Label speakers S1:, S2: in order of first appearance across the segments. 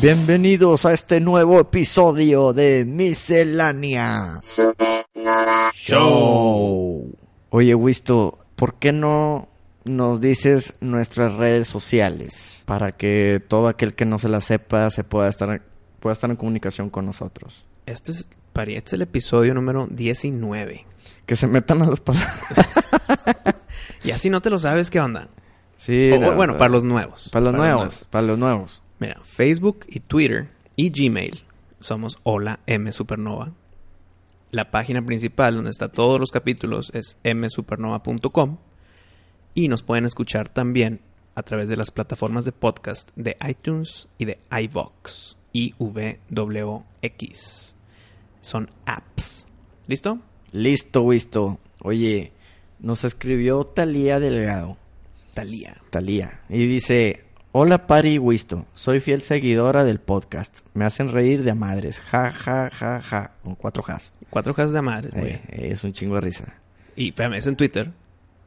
S1: Bienvenidos a este nuevo episodio de Miscelánea Show. Oye, Wisto, ¿por qué no nos dices nuestras redes sociales para que todo aquel que no se las sepa se pueda estar pueda estar en comunicación con nosotros?
S2: Este es, pare- este es el episodio número 19.
S1: Que se metan a las pasadas.
S2: Y así no te lo sabes, ¿qué onda?
S1: Sí.
S2: O-
S1: no,
S2: bueno, para los nuevos.
S1: para los nuevos, para los nuevos.
S2: Mira, Facebook y Twitter y Gmail somos Hola M Supernova. La página principal donde está todos los capítulos es msupernova.com y nos pueden escuchar también a través de las plataformas de podcast de iTunes y de iVox. I-V-W-X. Son apps. ¿Listo?
S1: Listo, Wisto. Oye, nos escribió Talía Delgado.
S2: Talía.
S1: Talía. Y dice, hola Pari Wisto, soy fiel seguidora del podcast. Me hacen reír de a madres. Ja, ja, ja, ja. Con cuatro jas.
S2: Cuatro hojas de madre. muy
S1: Eh,
S2: bien.
S1: eh, es un chingo de risa.
S2: Y espérame, es en Twitter.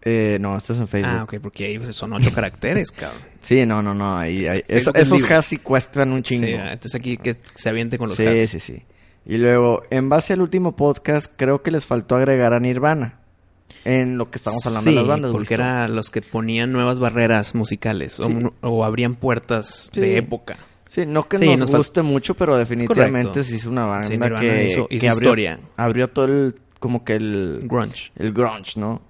S1: Eh, no, esto es en Facebook.
S2: Ah, ok, porque ahí pues, son ocho caracteres, cabrón.
S1: Sí, no, no, no. ahí- ahí- es-
S2: Facebook en
S1: esos
S2: vivo.
S1: has sí cuestan un
S2: Sí,
S1: chingo.
S2: ah, entonces aquí que se aviente con los
S1: Sí,
S2: hashtags.
S1: sí, sí. Y luego, en base al último podcast, creo que les faltó agregar a Nirvana. En lo que estamos hablando
S2: Sí,
S1: de las bandas, Wisto.
S2: porque eran los que ponían nuevas barreras musicales o,
S1: Sí.
S2: un- o abrían puertas
S1: Sí.
S2: de época.
S1: Sí, no que
S2: Sí,
S1: nos,
S2: nos fal-
S1: guste mucho, pero definitivamente
S2: correcto.
S1: sí es una banda
S2: Sí, Nirvana
S1: que,
S2: hizo- hizo
S1: que abrió,
S2: historia.
S1: abrió todo el, como que el,
S2: Grunge.
S1: el grunge, ¿no?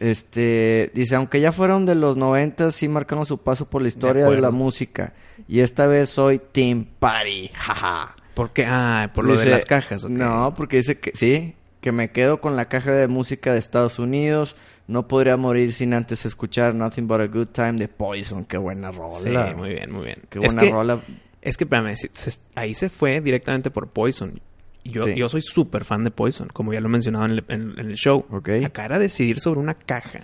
S1: Este, dice, aunque ya fueron de los 90, sí marcaron su paso por la historia de,
S2: acuerdo.
S1: la música. Y esta vez soy Team Party, jaja.
S2: Porque, ah, por lo de
S1: Dice,
S2: las cajas. ok.
S1: No, porque dice que sí, que me quedo con la caja de música de Estados Unidos. No podría morir sin antes escuchar Nothing But a Good Time de Poison. Qué buena
S2: Sí,
S1: rola.
S2: muy bien, muy bien.
S1: Qué
S2: es
S1: buena
S2: que,
S1: rola.
S2: Es que, espérame, si- se- ahí se fue directamente por Poison. Yo,
S1: Sí.
S2: yo soy súper fan de Poison, como ya lo he mencionado en el, en- en el show.
S1: Ok.
S2: Acá era decidir sobre una caja,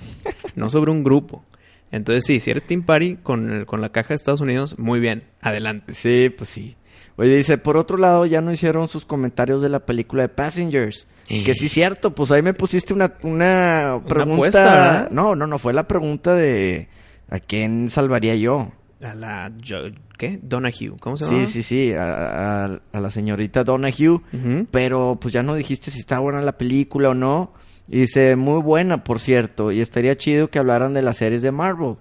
S2: no sobre un grupo. Entonces, sí, si eres Team Party con, el- con la caja de Estados Unidos, muy bien, adelante.
S1: Sí, pues sí. Oye, dice, por otro lado, ya no hicieron sus comentarios de la película de Passengers.
S2: Eh.
S1: Que sí, cierto, pues ahí me pusiste una, una pregunta.
S2: apuesta, ¿verdad?
S1: no, no, no, fue la pregunta de ¿a quién salvaría yo?
S2: A la. Jo- ¿Qué? Donahue, ¿cómo se llama?
S1: Sí, sí, sí, a, a- a la señorita Donahue.
S2: Ujú.
S1: Pero pues ya no dijiste si está buena la película o no. Y dice, muy buena, por cierto. Y estaría chido que hablaran de las series de Marvel.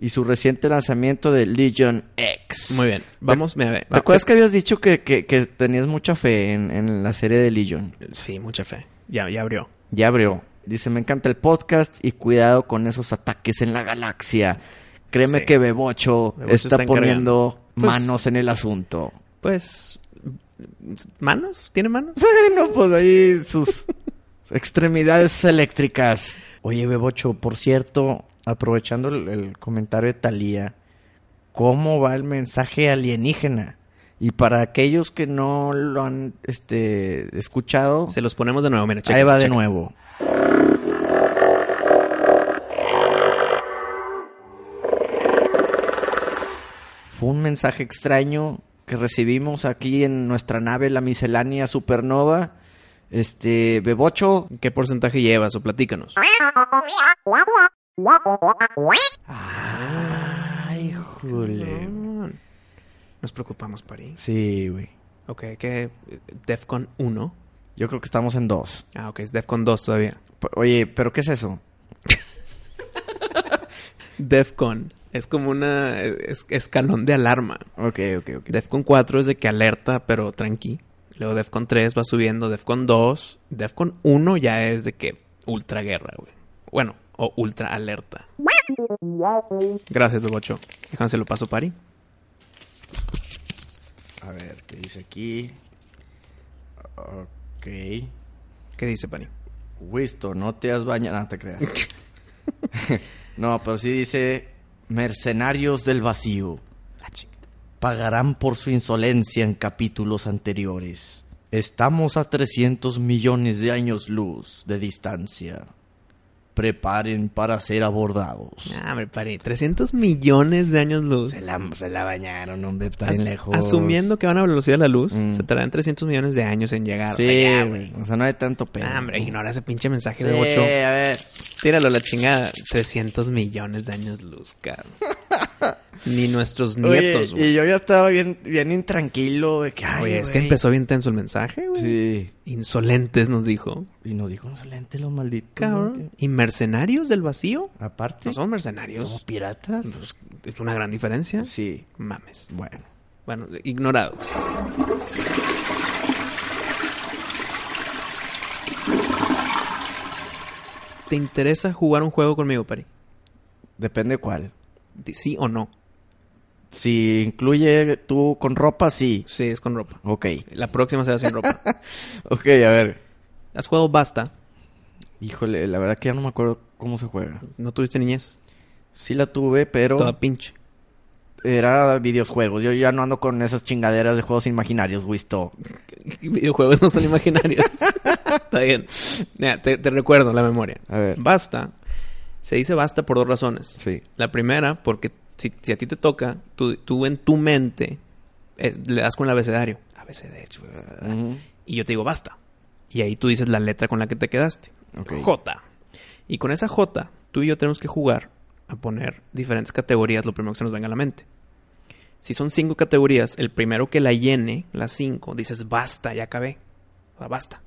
S1: Y su reciente lanzamiento de Legion X.
S2: Muy bien, vamos, mira, a ver.
S1: ¿Te acuerdas que habías dicho que, que- que tenías mucha fe en, en la serie de Legion?
S2: Sí, mucha fe. Ya, ya abrió.
S1: Ya abrió. Dice, me encanta el podcast y cuidado con esos ataques en la galaxia. Créeme
S2: Sí.
S1: que Bebocho,
S2: Bebocho
S1: está,
S2: está
S1: poniendo
S2: Pues-
S1: manos en el asunto.
S2: Pues. ¿Manos? ¿Tiene manos?
S1: Bueno, pues ahí sus extremidades eléctricas. Oye, Bebocho, por cierto, aprovechando el, el comentario de Talía, ¿cómo va el mensaje alienígena? Y para aquellos que no lo han este, escuchado,
S2: Se los ponemos de nuevo, mira, checa.
S1: ahí va de
S2: checa.
S1: nuevo. Fue un mensaje extraño que recibimos aquí en nuestra nave, la miscelánea supernova. Este, Bebocho.
S2: ¿Qué porcentaje llevas o platícanos?
S1: Ay, jule.
S2: Cabrón. Nos preocupamos, París.
S1: Sí, güey.
S2: Ok, que DEFCON 1.
S1: Yo creo que estamos en dos.
S2: Ah, ok, es DEFCON 2 todavía.
S1: P- Oye, ¿pero qué es eso?
S2: DEFCON es como una es- escalón de alarma.
S1: Ok, ok, ok.
S2: DEFCON 4 es de que alerta, pero tranqui. Luego DEFCON 3 va subiendo, DEFCON 2, DEFCON 1 ya es de que ultra guerra, güey. Bueno, o ultra alerta. Gracias, Bebocho. Déjame se lo paso, Pari.
S1: A ver, ¿qué dice aquí? Ok.
S2: ¿Qué dice, Pari?
S1: Wisto, no te has bañado. No te creas. no, pero sí dice Mercenarios del Vacío.
S2: Ah, chica.
S1: pagarán por su insolencia en capítulos anteriores. Estamos a 300 millones de años luz de distancia. Preparen para ser abordados.
S2: Ah, me paré. 300 millones de años luz.
S1: Se la, se la bañaron, hombre, tan
S2: As-
S1: lejos.
S2: Asumiendo que van a velocidad de la luz,
S1: Mm.
S2: se tardan 300 millones de años en llegar.
S1: Sí,
S2: o sea, ya,
S1: güey. O sea, no hay tanto pedo.
S2: Ah, hombre, ignora ese pinche mensaje
S1: Sí,
S2: de
S1: a
S2: 8.
S1: ver.
S2: Tíralo a la chingada. 300 millones de años luz, cabrón. Ni nuestros
S1: Oye,
S2: nietos, güey.
S1: y yo ya estaba bien, bien intranquilo de que... ay,
S2: Oye, es que
S1: güey.
S2: empezó bien tenso el mensaje, güey.
S1: Sí.
S2: Insolentes, nos dijo.
S1: Y nos dijo insolente los malditos.
S2: Cabrón.
S1: ¿no?
S2: ¿Y mercenarios del vacío?
S1: Que- Aparte.
S2: No somos mercenarios.
S1: ¿Somos piratas?
S2: Pues, es una gran diferencia.
S1: Sí.
S2: Mames.
S1: Bueno.
S2: Bueno, ignorado. ¿Te interesa jugar un juego conmigo, Pari?
S1: Depende cuál.
S2: Di- ¿Sí o no?
S1: Si incluye tú con ropa, sí.
S2: Sí, es con ropa.
S1: Ok.
S2: La próxima será sin ropa.
S1: Ok, a ver.
S2: ¿Has jugado Basta?
S1: Híjole, la verdad que ya no me acuerdo cómo se juega.
S2: ¿No tuviste niñez?
S1: Sí la tuve, pero
S2: Toda pinche.
S1: era videojuegos. Yo ya no ando con esas chingaderas de juegos imaginarios, Wisto.
S2: Videojuegos no son imaginarios. Está bien. Mira, te, te recuerdo la memoria.
S1: A ver.
S2: Basta. Se dice basta por dos razones.
S1: Sí.
S2: La primera, porque si, si a ti te toca, tú, tú en tu mente eh, le das con el abecedario. Abecedario. Y yo te digo basta. Y ahí tú dices la letra con la que te quedaste.
S1: Ok.
S2: J. Y con esa J, tú y yo tenemos que jugar a poner diferentes categorías, lo primero que se nos venga a la mente. Si son cinco categorías, el primero que la llene, las cinco, dices basta, ya acabé. O sea, basta.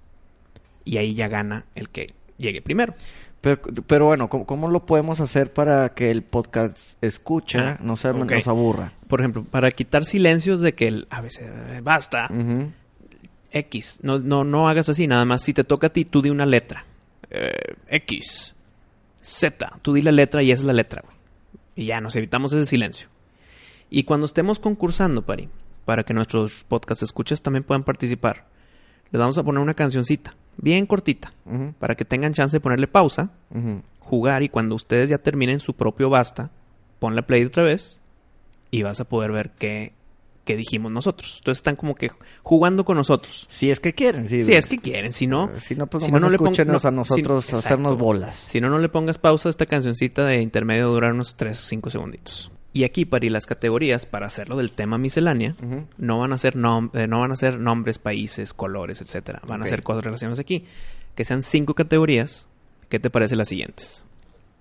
S2: Y ahí ya gana el que llegue primero.
S1: Pero, pero bueno, ¿cómo, cómo lo podemos hacer para que el podcast escucha
S2: Ah,
S1: no se
S2: ok.
S1: nos aburra?
S2: Por ejemplo, para quitar silencios de que el a veces eh, basta,
S1: Ujú.
S2: X. No, no, no hagas así, nada más. Si te toca a ti, tú di una letra. Eh, X. Z. Tú di la letra y esa es la letra, güey. Y ya nos evitamos ese silencio. Y cuando estemos concursando, Pari, para que nuestros podcast escuchas también puedan participar, les vamos a poner una cancioncita, bien cortita,
S1: Ujú.
S2: para que tengan chance de ponerle pausa,
S1: Ujú.
S2: jugar y cuando ustedes ya terminen su propio basta, pon la play otra vez y vas a poder ver qué, qué dijimos nosotros. Entonces están como que jugando con nosotros.
S1: Si es que quieren, sí.
S2: Si es que quieren, si no,
S1: Eh, Si no, pues
S2: si
S1: nomás
S2: no, no le pon-
S1: escúchenos
S2: no,
S1: a nosotros
S2: si- exacto.
S1: hacernos bolas.
S2: si no, no le pongas pausa a esta cancioncita de intermedio durar unos 3 o 5 segunditos. Y aquí, para ir las categorías, para hacerlo del tema miscelánea,
S1: Ujú.
S2: no, van a ser nom- eh, no van a ser nombres, países, colores, etcétera. Van
S1: Ok.
S2: a ser cosas relacionadas aquí. Que sean cinco categorías. ¿Qué te parece las siguientes?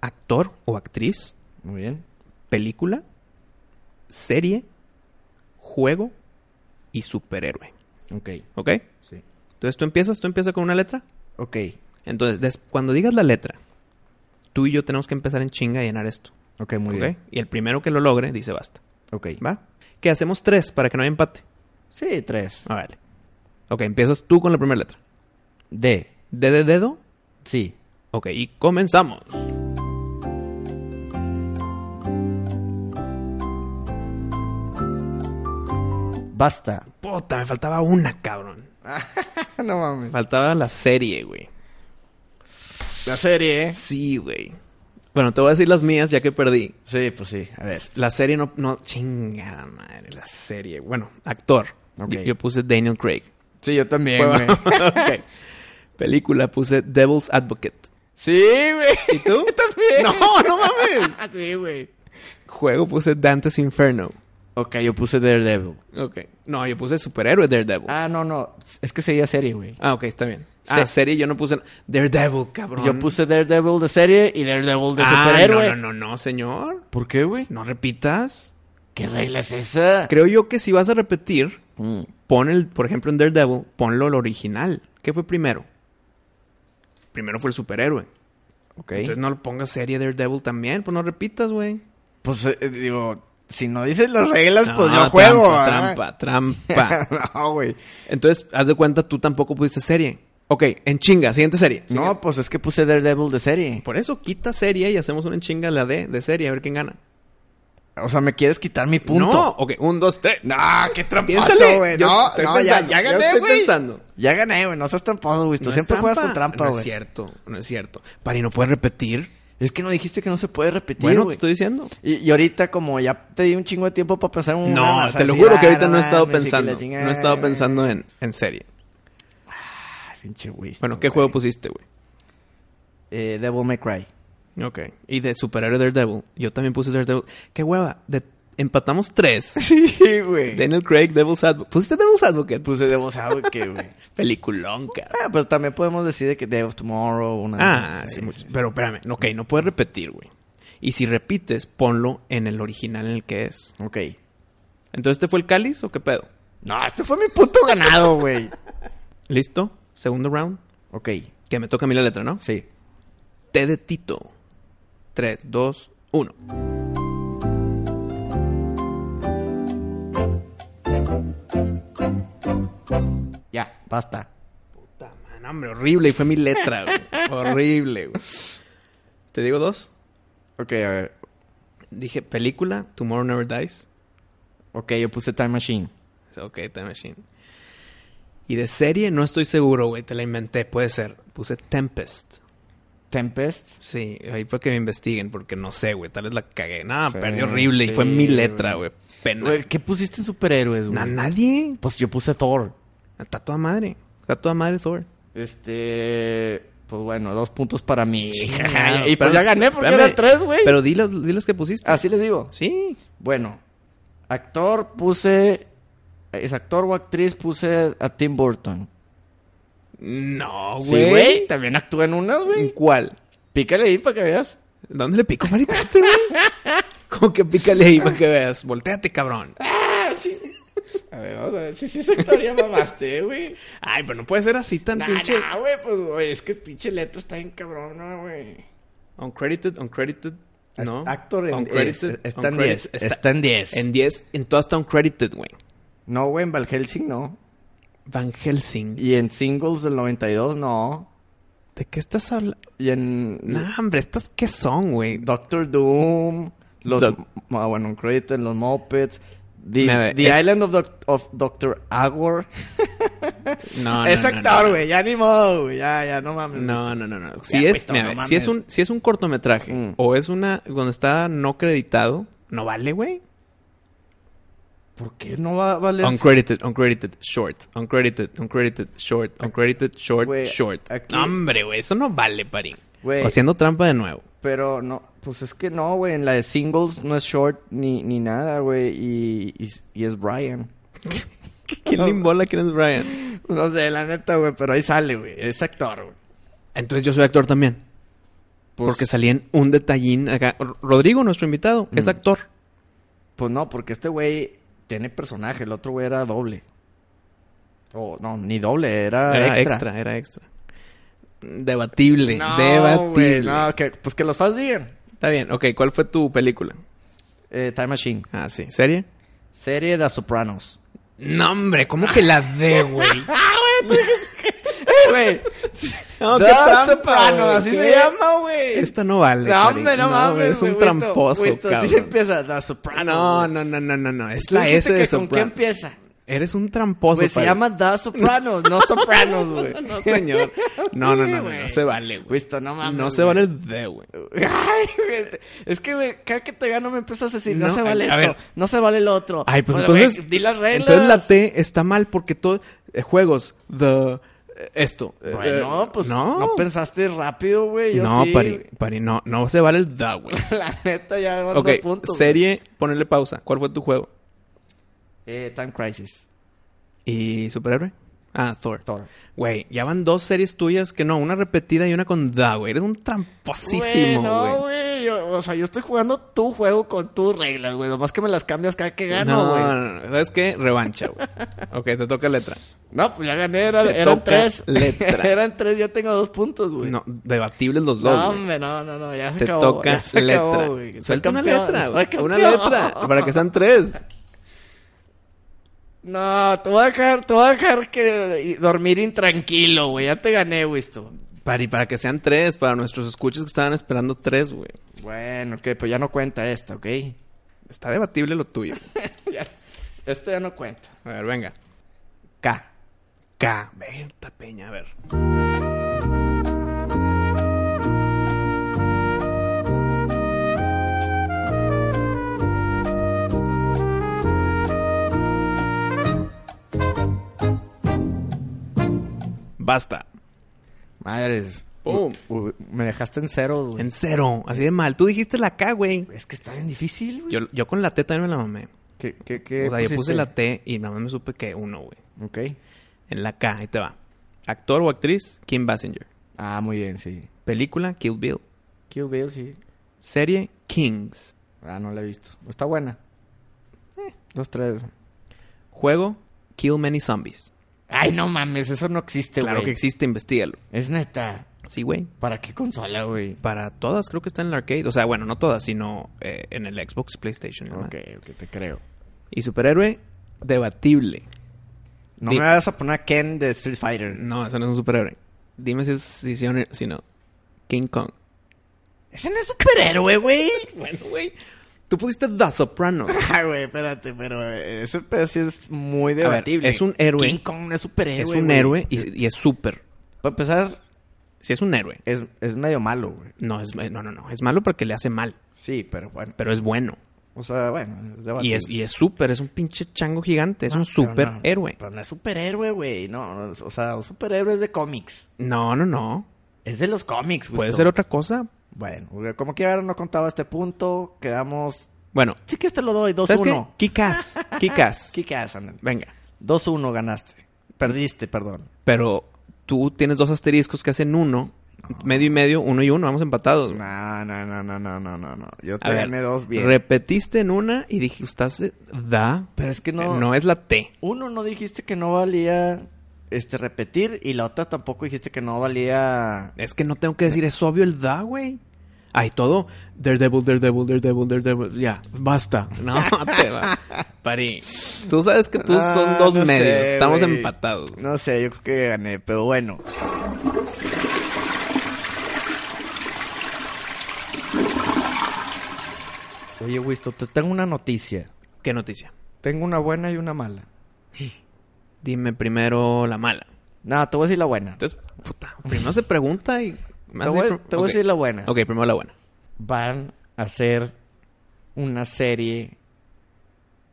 S2: Actor o actriz,
S1: Muy bien.
S2: película, serie, juego y superhéroe.
S1: Ok.
S2: ¿Ok?
S1: Sí.
S2: Entonces tú empiezas, tú empiezas con una letra.
S1: Ok.
S2: Entonces, des- cuando digas la letra, tú y yo tenemos que empezar en chinga a llenar esto.
S1: Ok, muy
S2: ¿ok?
S1: bien.
S2: Y el primero que lo logre dice basta.
S1: Ok.
S2: ¿Va? Que hacemos tres para que no haya empate.
S1: Sí, tres.
S2: A ver. Ok, empiezas tú con la primera letra.
S1: D.
S2: D de dedo.
S1: Sí.
S2: Ok, y comenzamos.
S1: Basta.
S2: Puta, me faltaba una, cabrón.
S1: no
S2: Me
S1: mames.
S2: faltaba la serie, güey.
S1: La serie, ¿eh?
S2: Sí, güey. Bueno, te voy a decir las mías ya que perdí.
S1: Sí, pues sí. A ver.
S2: La serie no, no, chingada madre, la serie. Bueno, actor.
S1: Ok.
S2: Yo, yo puse Daniel Craig.
S1: Sí, yo también,
S2: Fue- Ok. Película puse Devil's Advocate.
S1: Sí, güey.
S2: ¿Y tú?
S1: también.
S2: No, no mames.
S1: sí, güey.
S2: Juego puse Dante's Inferno.
S1: Ok, yo puse Daredevil.
S2: Ok. No, yo puse superhéroe Daredevil. Ah,
S1: Ah, no, no. Es que sería serie, güey.
S2: ok, está bien.
S1: Se-
S2: Ah, serie yo no puse Daredevil, cabrón.
S1: Yo puse Daredevil de serie y Daredevil de
S2: ah,
S1: superhéroe.
S2: No, no, no, no, señor.
S1: ¿Por qué, güey?
S2: No repitas.
S1: ¿Qué regla es esa?
S2: Creo yo que si vas a repetir,
S1: Mm.
S2: pon el, por ejemplo, en Daredevil, ponlo el original. ¿Qué fue primero? Primero fue el superhéroe.
S1: Ok.
S2: Entonces no lo pongas serie Daredevil también, pues no repitas, güey.
S1: Pues eh, digo, si no dices las reglas, pues
S2: No,
S1: yo juego. ¿verdad?
S2: Trampa, trampa, trampa.
S1: no, güey.
S2: Entonces, haz de cuenta, tú tampoco pusiste serie. Ok, en chinga, siguiente serie. Siguiente.
S1: No, pues es que puse Daredevil de serie.
S2: Por eso quita serie y hacemos una en chinga la D de serie, a ver quién gana.
S1: O sea, me quieres quitar mi punto.
S2: No, ok, un, dos, tres.
S1: No, qué
S2: Piénsale.
S1: tramposo, güey.
S2: Yo
S1: No,
S2: estoy
S1: no, ya,
S2: pensando,
S1: ya
S2: yo
S1: gané,
S2: estoy
S1: güey.
S2: pensando.
S1: Ya gané, güey. No seas tramposo, güey. Tú
S2: No es
S1: siempre juegas con
S2: trampa.
S1: trampa,
S2: No
S1: güey.
S2: es cierto, no es cierto. Pari, ¿no puedes repetir?
S1: Es que no dijiste que no se puede repetir,
S2: Bueno, te
S1: güey.
S2: estoy diciendo.
S1: Y, y ahorita como ya te di un chingo de tiempo para pensar en una...
S2: No,
S1: vas a
S2: te lo
S1: decir,
S2: juro que
S1: "Ah,
S2: ahorita no he estado
S1: mames, y que la
S2: pensando.
S1: chingada".
S2: No he estado pensando en, en serie.
S1: Ay, pinche güey.
S2: Bueno,
S1: esto,
S2: ¿qué juego
S1: güey.
S2: pusiste, güey?
S1: Eh, Devil May Cry.
S2: Ok. Y de superhéroe Daredevil. Yo también puse Daredevil. ¡Qué hueva! De- empatamos tres.
S1: Sí, güey.
S2: Daniel Craig, Devil's Advocate. ¿Pusiste Devil's Advocate?
S1: Puse Devil's Advocate, güey.
S2: Peliculón, cabrón.
S1: Ah, pues también podemos decir de que Day of Tomorrow, una...
S2: Ah,
S1: Ahí,
S2: sí, mucho. Pero espérame. Ok, no puedes repetir, güey. Y si repites, ponlo en el original en el que es.
S1: Ok.
S2: Entonces, ¿este fue el cáliz o qué pedo?
S1: No, este fue mi punto ganado, güey.
S2: ¿Listo? Segundo round.
S1: ok,
S2: Que me toca a mí la letra, ¿no?
S1: sí.
S2: T de Tito. 3, 2, 1.
S1: Ya, basta.
S2: Puta man, hombre, horrible. Y fue mi letra, güey. horrible, güey. Te digo dos.
S1: Ok, a ver.
S2: Dije película, Tomorrow Never Dies.
S1: Ok, yo puse Time Machine.
S2: Es Ok, Time Machine. Y de serie no estoy seguro, güey. Te la inventé, puede ser. Puse Tempest.
S1: Tempest.
S2: Sí, ahí para que me investiguen, porque no sé, güey. Tal vez la cagué. Nada,
S1: Sí,
S2: perdí horrible.
S1: sí,
S2: y fue mi letra,
S1: güey.
S2: güey. Pena.
S1: Güey, ¿Qué pusiste en superhéroes, güey?
S2: Na- nadie.
S1: Pues yo puse Thor.
S2: Está toda madre. Está toda madre, Thor.
S1: Este. Pues bueno, dos puntos para mí.
S2: Chingado.
S1: y pues
S2: Pero-
S1: ya gané porque
S2: espérame,
S1: eran tres, güey.
S2: Pero di los, di los que pusiste.
S1: Así les digo.
S2: Ah, Sí.
S1: Bueno, actor puse. Es actor o actriz puse a Tim Burton.
S2: No, güey.
S1: Sí, güey. También actúa en unas,
S2: ¿En
S1: güey.
S2: cuál?
S1: Pícale ahí para que veas.
S2: ¿Dónde le pico, Mari? Espérate, güey. Como que pícale ahí para que veas. Voltéate, cabrón.
S1: A ver, vamos a ver. Si sí, esa historia mamaste, güey.
S2: Ay, pero no puede ser así tan
S1: Nah,
S2: pinche.
S1: nah, güey, pues, güey, es que pinche letra está bien cabrona, güey.
S2: Uncredited, uncredited. No.
S1: Actor en-
S2: Uncredited,
S1: es- está en
S2: uncredited.
S1: 10, está en 10.
S2: En 10. En todas está uncredited, güey.
S1: No, güey, en Val Helsing no.
S2: Van Helsing.
S1: Y en Singles del 92 no.
S2: ¿De qué estás hablando?
S1: Y en
S2: No, hombre, estas qué son, güey.
S1: Doctor Doom, los...
S2: Doc-
S1: ah, bueno, en Creighton, los Muppets. The,
S2: Nada,
S1: The
S2: es-
S1: Island of, Doc- of Dr. Agor.
S2: No, no,
S1: es
S2: no,
S1: actor,
S2: no.
S1: güey. Ya ni modo, güey. Ya, ya, no mames.
S2: No,
S1: güey.
S2: no, no, no.
S1: Ya,
S2: Si
S1: güey,
S2: es,
S1: todo,
S2: mira,
S1: no
S2: si es
S1: mames.
S2: un, si es un cortometraje
S1: Mm.
S2: o es una donde está no creditado, no vale, güey.
S1: ¿Por qué no va a valer?
S2: Uncredited, uncredited, short, uncredited, uncredited, short, uncredited, short,
S1: Güey,
S2: short.
S1: aquí-
S2: No, hombre, güey, eso no vale, parín.
S1: Güey.
S2: Haciendo trampa de nuevo.
S1: Pero no, pues es que no, güey. En la de Singles no es short ni, ni nada, güey. Y, y, y es Brian.
S2: ¿Quién le imbola quién es Brian?
S1: No sé, la neta, güey. Pero ahí sale, güey. Es actor, güey.
S2: Entonces yo soy actor también.
S1: Pues-
S2: Porque salí en un detallín acá. R- Rodrigo, nuestro invitado,
S1: Mm.
S2: es actor.
S1: Pues no, porque este güey tiene personaje, el otro güey era doble. O no, ni doble, era,
S2: Era extra.
S1: Ah, extra.
S2: era extra. Debatible,
S1: No,
S2: debatible.
S1: güey, no, que, pues que los fans digan.
S2: Está bien, ok, ¿cuál fue tu película?
S1: Eh, Time Machine.
S2: Ah, sí, ¿serie?
S1: Serie de Sopranos.
S2: No, hombre, ¿cómo que la de, güey?
S1: Ah, Güey,
S2: No,
S1: The
S2: qué trampa,
S1: Sopranos,
S2: güey,
S1: así
S2: qué-
S1: se llama, güey.
S2: Esta no vale.
S1: No,
S2: Karin.
S1: hombre, no, mames.
S2: Es un
S1: güey, Wisto,
S2: tramposo,
S1: Wisto,
S2: cabrón.
S1: Así empieza The Sopranos.
S2: No,
S1: güey.
S2: no, no, no, no, no. Es
S1: Tú
S2: la
S1: dijiste
S2: S Ah, de
S1: que ¿Con qué
S2: Soprano.
S1: empieza?
S2: Eres un tramposo,
S1: Pues se
S2: Karin.
S1: llama The Sopranos, no Sopranos, güey.
S2: No, señor. No, no, no, no, no,
S1: güey.
S2: se vale, güey.
S1: Wisto, no mames.
S2: No se
S1: güey.
S2: vale el de, güey.
S1: Ay, güey, es que güey, cada que te gano me empiezas a decir, no,
S2: No,
S1: se vale
S2: a- a
S1: esto,
S2: ver.
S1: no se vale el otro.
S2: Ay, pues
S1: Oye,
S2: entonces.
S1: güey, di las reglas.
S2: Entonces la T está mal porque todos. juegos, the. eh, Esto. eh, eh,
S1: Bueno, pues no, pensaste rápido, güey. Yo
S2: No,
S1: sí.
S2: Pari, Pari, no, no se vale el da, güey.
S1: La neta ya van
S2: Ok,
S1: dos puntos.
S2: serie, ponerle pausa. ¿Cuál fue tu juego?
S1: güey. Eh, Time Crisis.
S2: ¿Y superhéroe? Ah, Thor.
S1: Thor.
S2: Güey, ya van dos series tuyas que no, una repetida y una con da, güey. Eres un tramposísimo,
S1: Güey,
S2: güey.
S1: no, güey. yo- O sea, yo estoy jugando tu juego con tus reglas, güey. Nomás que me las cambias cada que gano,
S2: no,
S1: güey.
S2: no,
S1: No,
S2: no, no. ¿Sabes qué? Revancha, güey. ok, te toca letra.
S1: pues ya gané. Era,
S2: Te
S1: eran
S2: toca
S1: tres.
S2: letra.
S1: eran tres, ya tengo dos puntos, güey.
S2: No, debatibles los dos,
S1: No,
S2: güey.
S1: hombre, no, no, no, ya se
S2: Te
S1: acabó.
S2: toca
S1: ya se
S2: letra.
S1: acabó, güey. Soy
S2: Suelta una
S1: campeón,
S2: letra,
S1: soy
S2: güey. Una
S1: campeón.
S2: letra. Para que sean tres.
S1: No, te voy a dejar, te voy a dejar que y- dormir intranquilo, güey. Ya te gané, güey, esto.
S2: Pari, para que sean tres. Para nuestros escuchos que estaban esperando tres, güey.
S1: Bueno, ok, pues ya no cuenta esta, ¿ok?
S2: Está debatible lo tuyo.
S1: Ya- esto ya no cuenta.
S2: A ver, venga.
S1: K.
S2: K. Berta Peña, a ver. Basta.
S1: Madres.
S2: Pum.
S1: U- u- me dejaste en cero, güey.
S2: En cero. Así de mal. Tú dijiste la K, güey.
S1: Es que está bien difícil, güey.
S2: Yo, yo con la T también me la mamé.
S1: ¿Qué, qué, qué
S2: O sea, yo puse
S1: pusiste?
S2: la T y nada más me supe que uno, güey.
S1: Ok.
S2: En la K, ahí te va. Actor o actriz, Kim Basinger.
S1: Ah, muy bien, sí.
S2: Película, Kill Bill.
S1: Kill Bill, sí.
S2: Serie, Kings.
S1: Ah, no la he visto. Está buena. Eh, Dos, tres.
S2: Juego, Kill Many Zombies.
S1: Ay, no mames, eso no existe, güey.
S2: Claro que existe, investigalo.
S1: Es neta.
S2: Sí, güey.
S1: ¿Para qué consola, güey?
S2: Para todas, creo que está en el arcade. O sea, bueno, no todas, sino eh, en el Xbox, PlayStation. y demás.
S1: Ok, ok, te creo.
S2: Y superhéroe, debatible.
S1: No
S2: Di-
S1: me vas a poner a Ken de Street Fighter.
S2: No, eso no es un superhéroe. Dime si es si, sí o no- si no. King Kong.
S1: Ese no es superhéroe, güey.
S2: Bueno, güey. Tú pusiste The Soprano.
S1: Ah, güey, espérate, pero eh, ese pedo sí es muy
S2: ver,
S1: debatible.
S2: es un héroe.
S1: King Kong no es superhéroe.
S2: es un
S1: güey.
S2: héroe y, y es súper.
S1: Para empezar,
S2: Si es un héroe.
S1: es, es medio malo, güey.
S2: No, es, no, no, no. Es malo porque le hace mal.
S1: Sí, pero bueno.
S2: Pero es bueno.
S1: O sea, bueno, es debatible.
S2: Y es, y es súper. Es un pinche chango gigante. Es
S1: No,
S2: un
S1: Ah, pero
S2: superhéroe.
S1: No, pero no es superhéroe, güey. No, no es- o sea, un superhéroe es de cómics.
S2: No, no, no.
S1: Es de los cómics, güey.
S2: Puede ser otra cosa.
S1: Bueno, güey, como que ahora no contaba este punto, quedamos.
S2: Bueno.
S1: Sí que este lo doy,
S2: ¿Sabes qué?
S1: 2-1.
S2: Kikas. Kikas.
S1: ¿Qué quedas, Andrés?
S2: Venga.
S1: 2-1 ganaste. Perdiste, perdón.
S2: Pero tú tienes dos asteriscos que hacen uno. Medio y medio, uno y uno. Vamos empatados.
S1: No, no, no, no, no, no, no. no. Yo
S2: A
S1: te
S2: ver,
S1: gané dos bien.
S2: repetiste en una y dije, usted se da,
S1: Pero es que no-
S2: eh, no es la T.
S1: Uno no dijiste que no valía este repetir y la otra tampoco dijiste que no valía.
S2: Es que no tengo que decir, es obvio el da, güey. Ay, todo, Daredevil, Daredevil, Daredevil, Daredevil, ya, basta. No, te va. Pari, tú sabes que tú son
S1: Ah,
S2: dos
S1: no sé,
S2: medios, estamos
S1: güey.
S2: empatados.
S1: No sé, yo creo que gané, pero bueno. Oye, Wisto, te tengo una noticia.
S2: ¿Qué noticia?
S1: Tengo una buena y una mala.
S2: Dime primero la mala.
S1: No, te voy a decir la buena.
S2: Entonces, puta, primero se pregunta y... me
S1: Te
S2: hace
S1: voy-
S2: pr-
S1: te voy a
S2: Ok.
S1: decir la buena.
S2: Ok, primero la buena.
S1: Van a hacer una serie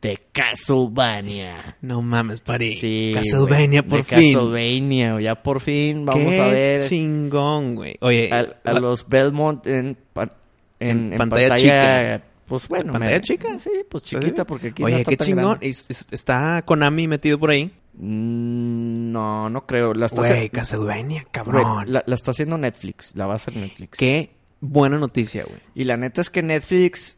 S1: de Castlevania.
S2: No mames, Pari.
S1: Sí,
S2: Castlevania,
S1: güey,
S2: por
S1: de
S2: fin.
S1: Castlevania, ya por fin vamos
S2: Qué
S1: a ver
S2: chingón, güey. Oye,
S1: a, a
S2: Eh, la-
S1: los Belmont en, pa- en,
S2: En
S1: en
S2: pantalla
S1: pantalla,
S2: chica.
S1: Pues bueno,
S2: ¿Pantalla
S1: me-
S2: chica?
S1: Sí, pues chiquita, porque aquí
S2: Oye,
S1: no está
S2: qué
S1: tan
S2: chingón.
S1: grande.
S2: Es- es- está Konami metido por ahí.
S1: Mm, No, no creo. La está,
S2: Güey,
S1: haciendo-
S2: Castlevania,
S1: güey,
S2: cabrón.
S1: la, la está haciendo Netflix. La va a hacer Netflix.
S2: Qué buena noticia, güey.
S1: Y la neta es que Netflix,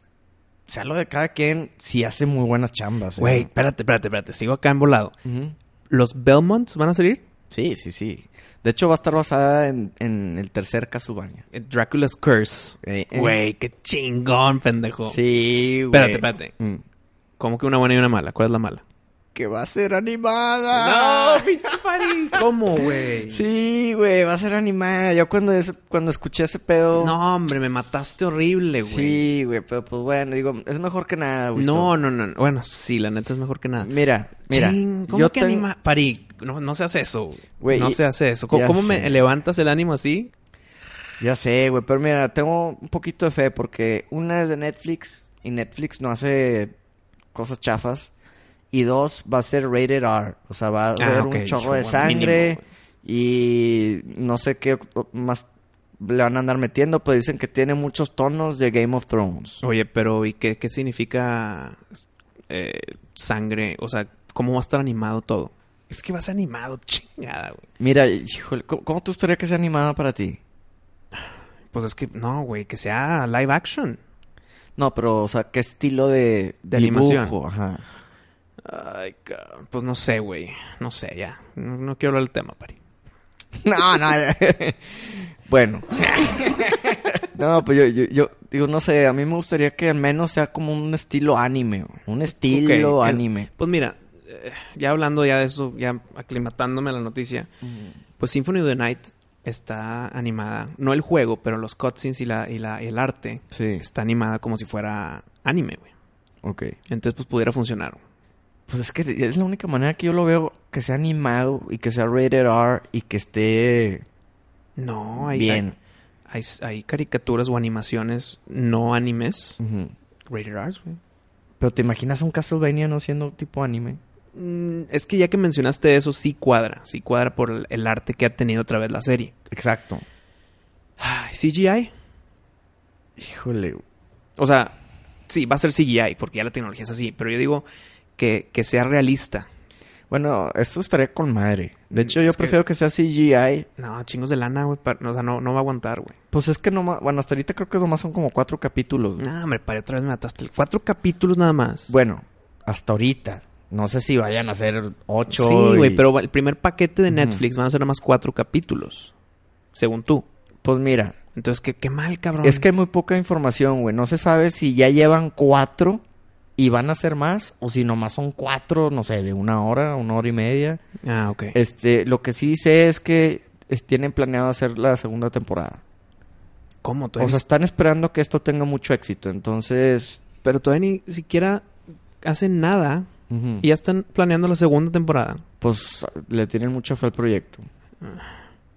S1: sea lo de cada quien, sí hace muy buenas chambas. ¿eh?
S2: Güey, espérate, espérate, espérate. Sigo acá embolado.
S1: Ujú.
S2: ¿Los Belmonts van a salir?
S1: Sí, sí, sí. De hecho, va a estar basada en, en el tercer Castlevania.
S2: Eh, Dracula's Curse.
S1: Eh, eh.
S2: Güey, qué chingón, pendejo.
S1: Sí,
S2: Espérate, espérate.
S1: Mm.
S2: ¿Cómo que una buena y una mala? ¿Cuál es la mala?
S1: Que va a ser animada.
S2: pinche pari. Ah. ¿Cómo, güey?
S1: Sí, güey, va a ser animada. Yo cuando, ese- cuando escuché ese pedo.
S2: No, hombre, me mataste horrible, güey.
S1: Sí, güey, pero pues bueno, digo, es mejor que nada, güey.
S2: No, no, no. no. Bueno, sí, la neta es mejor que nada.
S1: Mira, mira.
S2: Ching, ¿Cómo
S1: yo
S2: que
S1: tengo-
S2: anima? Pari, no, no se hace eso.
S1: Güey,
S2: no
S1: y-
S2: se hace eso. ¿Cómo,
S1: ya
S2: cómo me
S1: sé.
S2: levantas el ánimo así?
S1: Ya sé, güey, pero mira, tengo un poquito de fe porque una es de Netflix y Netflix no hace cosas chafas. Y dos, va a ser rated R. O sea, va a
S2: Ah,
S1: haber
S2: ok,
S1: un
S2: dije,
S1: chorro de
S2: bueno,
S1: sangre
S2: mínimo,
S1: y no sé qué o- más le van a andar metiendo, pero dicen que tiene muchos tonos de Game of Thrones.
S2: Oye, pero ¿y qué, qué significa eh, sangre? O sea, ¿cómo va a estar animado todo? Es que va a ser animado, chingada, güey.
S1: Mira, híjole, ¿cómo, cómo te gustaría que sea animada para ti?
S2: Pues es que, no, güey, que sea live action.
S1: No, pero, o sea, ¿qué estilo de,
S2: De
S1: dibujo?
S2: animación.
S1: Ajá.
S2: Ay, cabrón. Pues no sé, güey. No sé, ya. No, no quiero hablar del tema, Pari.
S1: No, no. bueno. no, pues yo, yo, yo digo, no sé, a mí me gustaría que al menos sea como un estilo anime, güey. un estilo
S2: Ok, el-
S1: anime.
S2: Pues mira, eh, ya hablando ya de eso, ya aclimatándome a la noticia, pues Symphony of the Night está animada, no el juego, pero los cutscenes y, la, y, la, y el arte
S1: Sí.
S2: está animada como si fuera anime, güey.
S1: Ok.
S2: Entonces, pues pudiera funcionar.
S1: Pues es que es la única manera que yo lo veo que sea animado y que sea rated R y que esté
S2: No, hay,
S1: bien.
S2: hay, hay- hay caricaturas o animaciones no animes,
S1: Ujú.
S2: rated R's, güey.
S1: Pero te imaginas un Castlevania no siendo tipo anime.
S2: Mm, Es que ya que mencionaste eso, sí cuadra. Sí cuadra por el- el arte que ha tenido otra vez la serie.
S1: Exacto.
S2: Ay, CGI.
S1: Híjole.
S2: O sea, sí, va a ser CGI porque ya la tecnología es así. Pero yo digo que, que sea realista.
S1: Bueno, esto estaría con madre. De hecho, yo
S2: Es que-
S1: prefiero que sea CGI.
S2: No, chingos de lana, güey. pa- O sea, no, no va a aguantar, güey.
S1: Pues es que nomás... Bueno, hasta ahorita creo que nomás son como cuatro capítulos. güey.
S2: No, hombre, para otra vez me mataste. Cuatro capítulos nada más.
S1: Bueno, hasta ahorita. No sé si vayan a ser ocho.
S2: sí, güey,
S1: y-
S2: pero el primer paquete de
S1: Ujú.
S2: Netflix van a ser nada más cuatro capítulos. Según tú.
S1: Pues mira,
S2: Entonces, qué, qué mal, cabrón.
S1: es que hay muy poca información, güey. No se sabe si ya llevan cuatro y van a ser más o si nomás son cuatro, no sé, de una hora, una hora y media.
S2: Ah, ok.
S1: Este, lo que sí sé es que es- tienen planeado hacer la segunda temporada.
S2: ¿Cómo?
S1: O
S2: Todavía
S1: sea,
S2: ni-
S1: están esperando que esto tenga mucho éxito. Entonces,
S2: Pero todavía ni siquiera hacen nada
S1: ujú,
S2: y ya están planeando la segunda temporada.
S1: pues le tienen mucha fe al proyecto.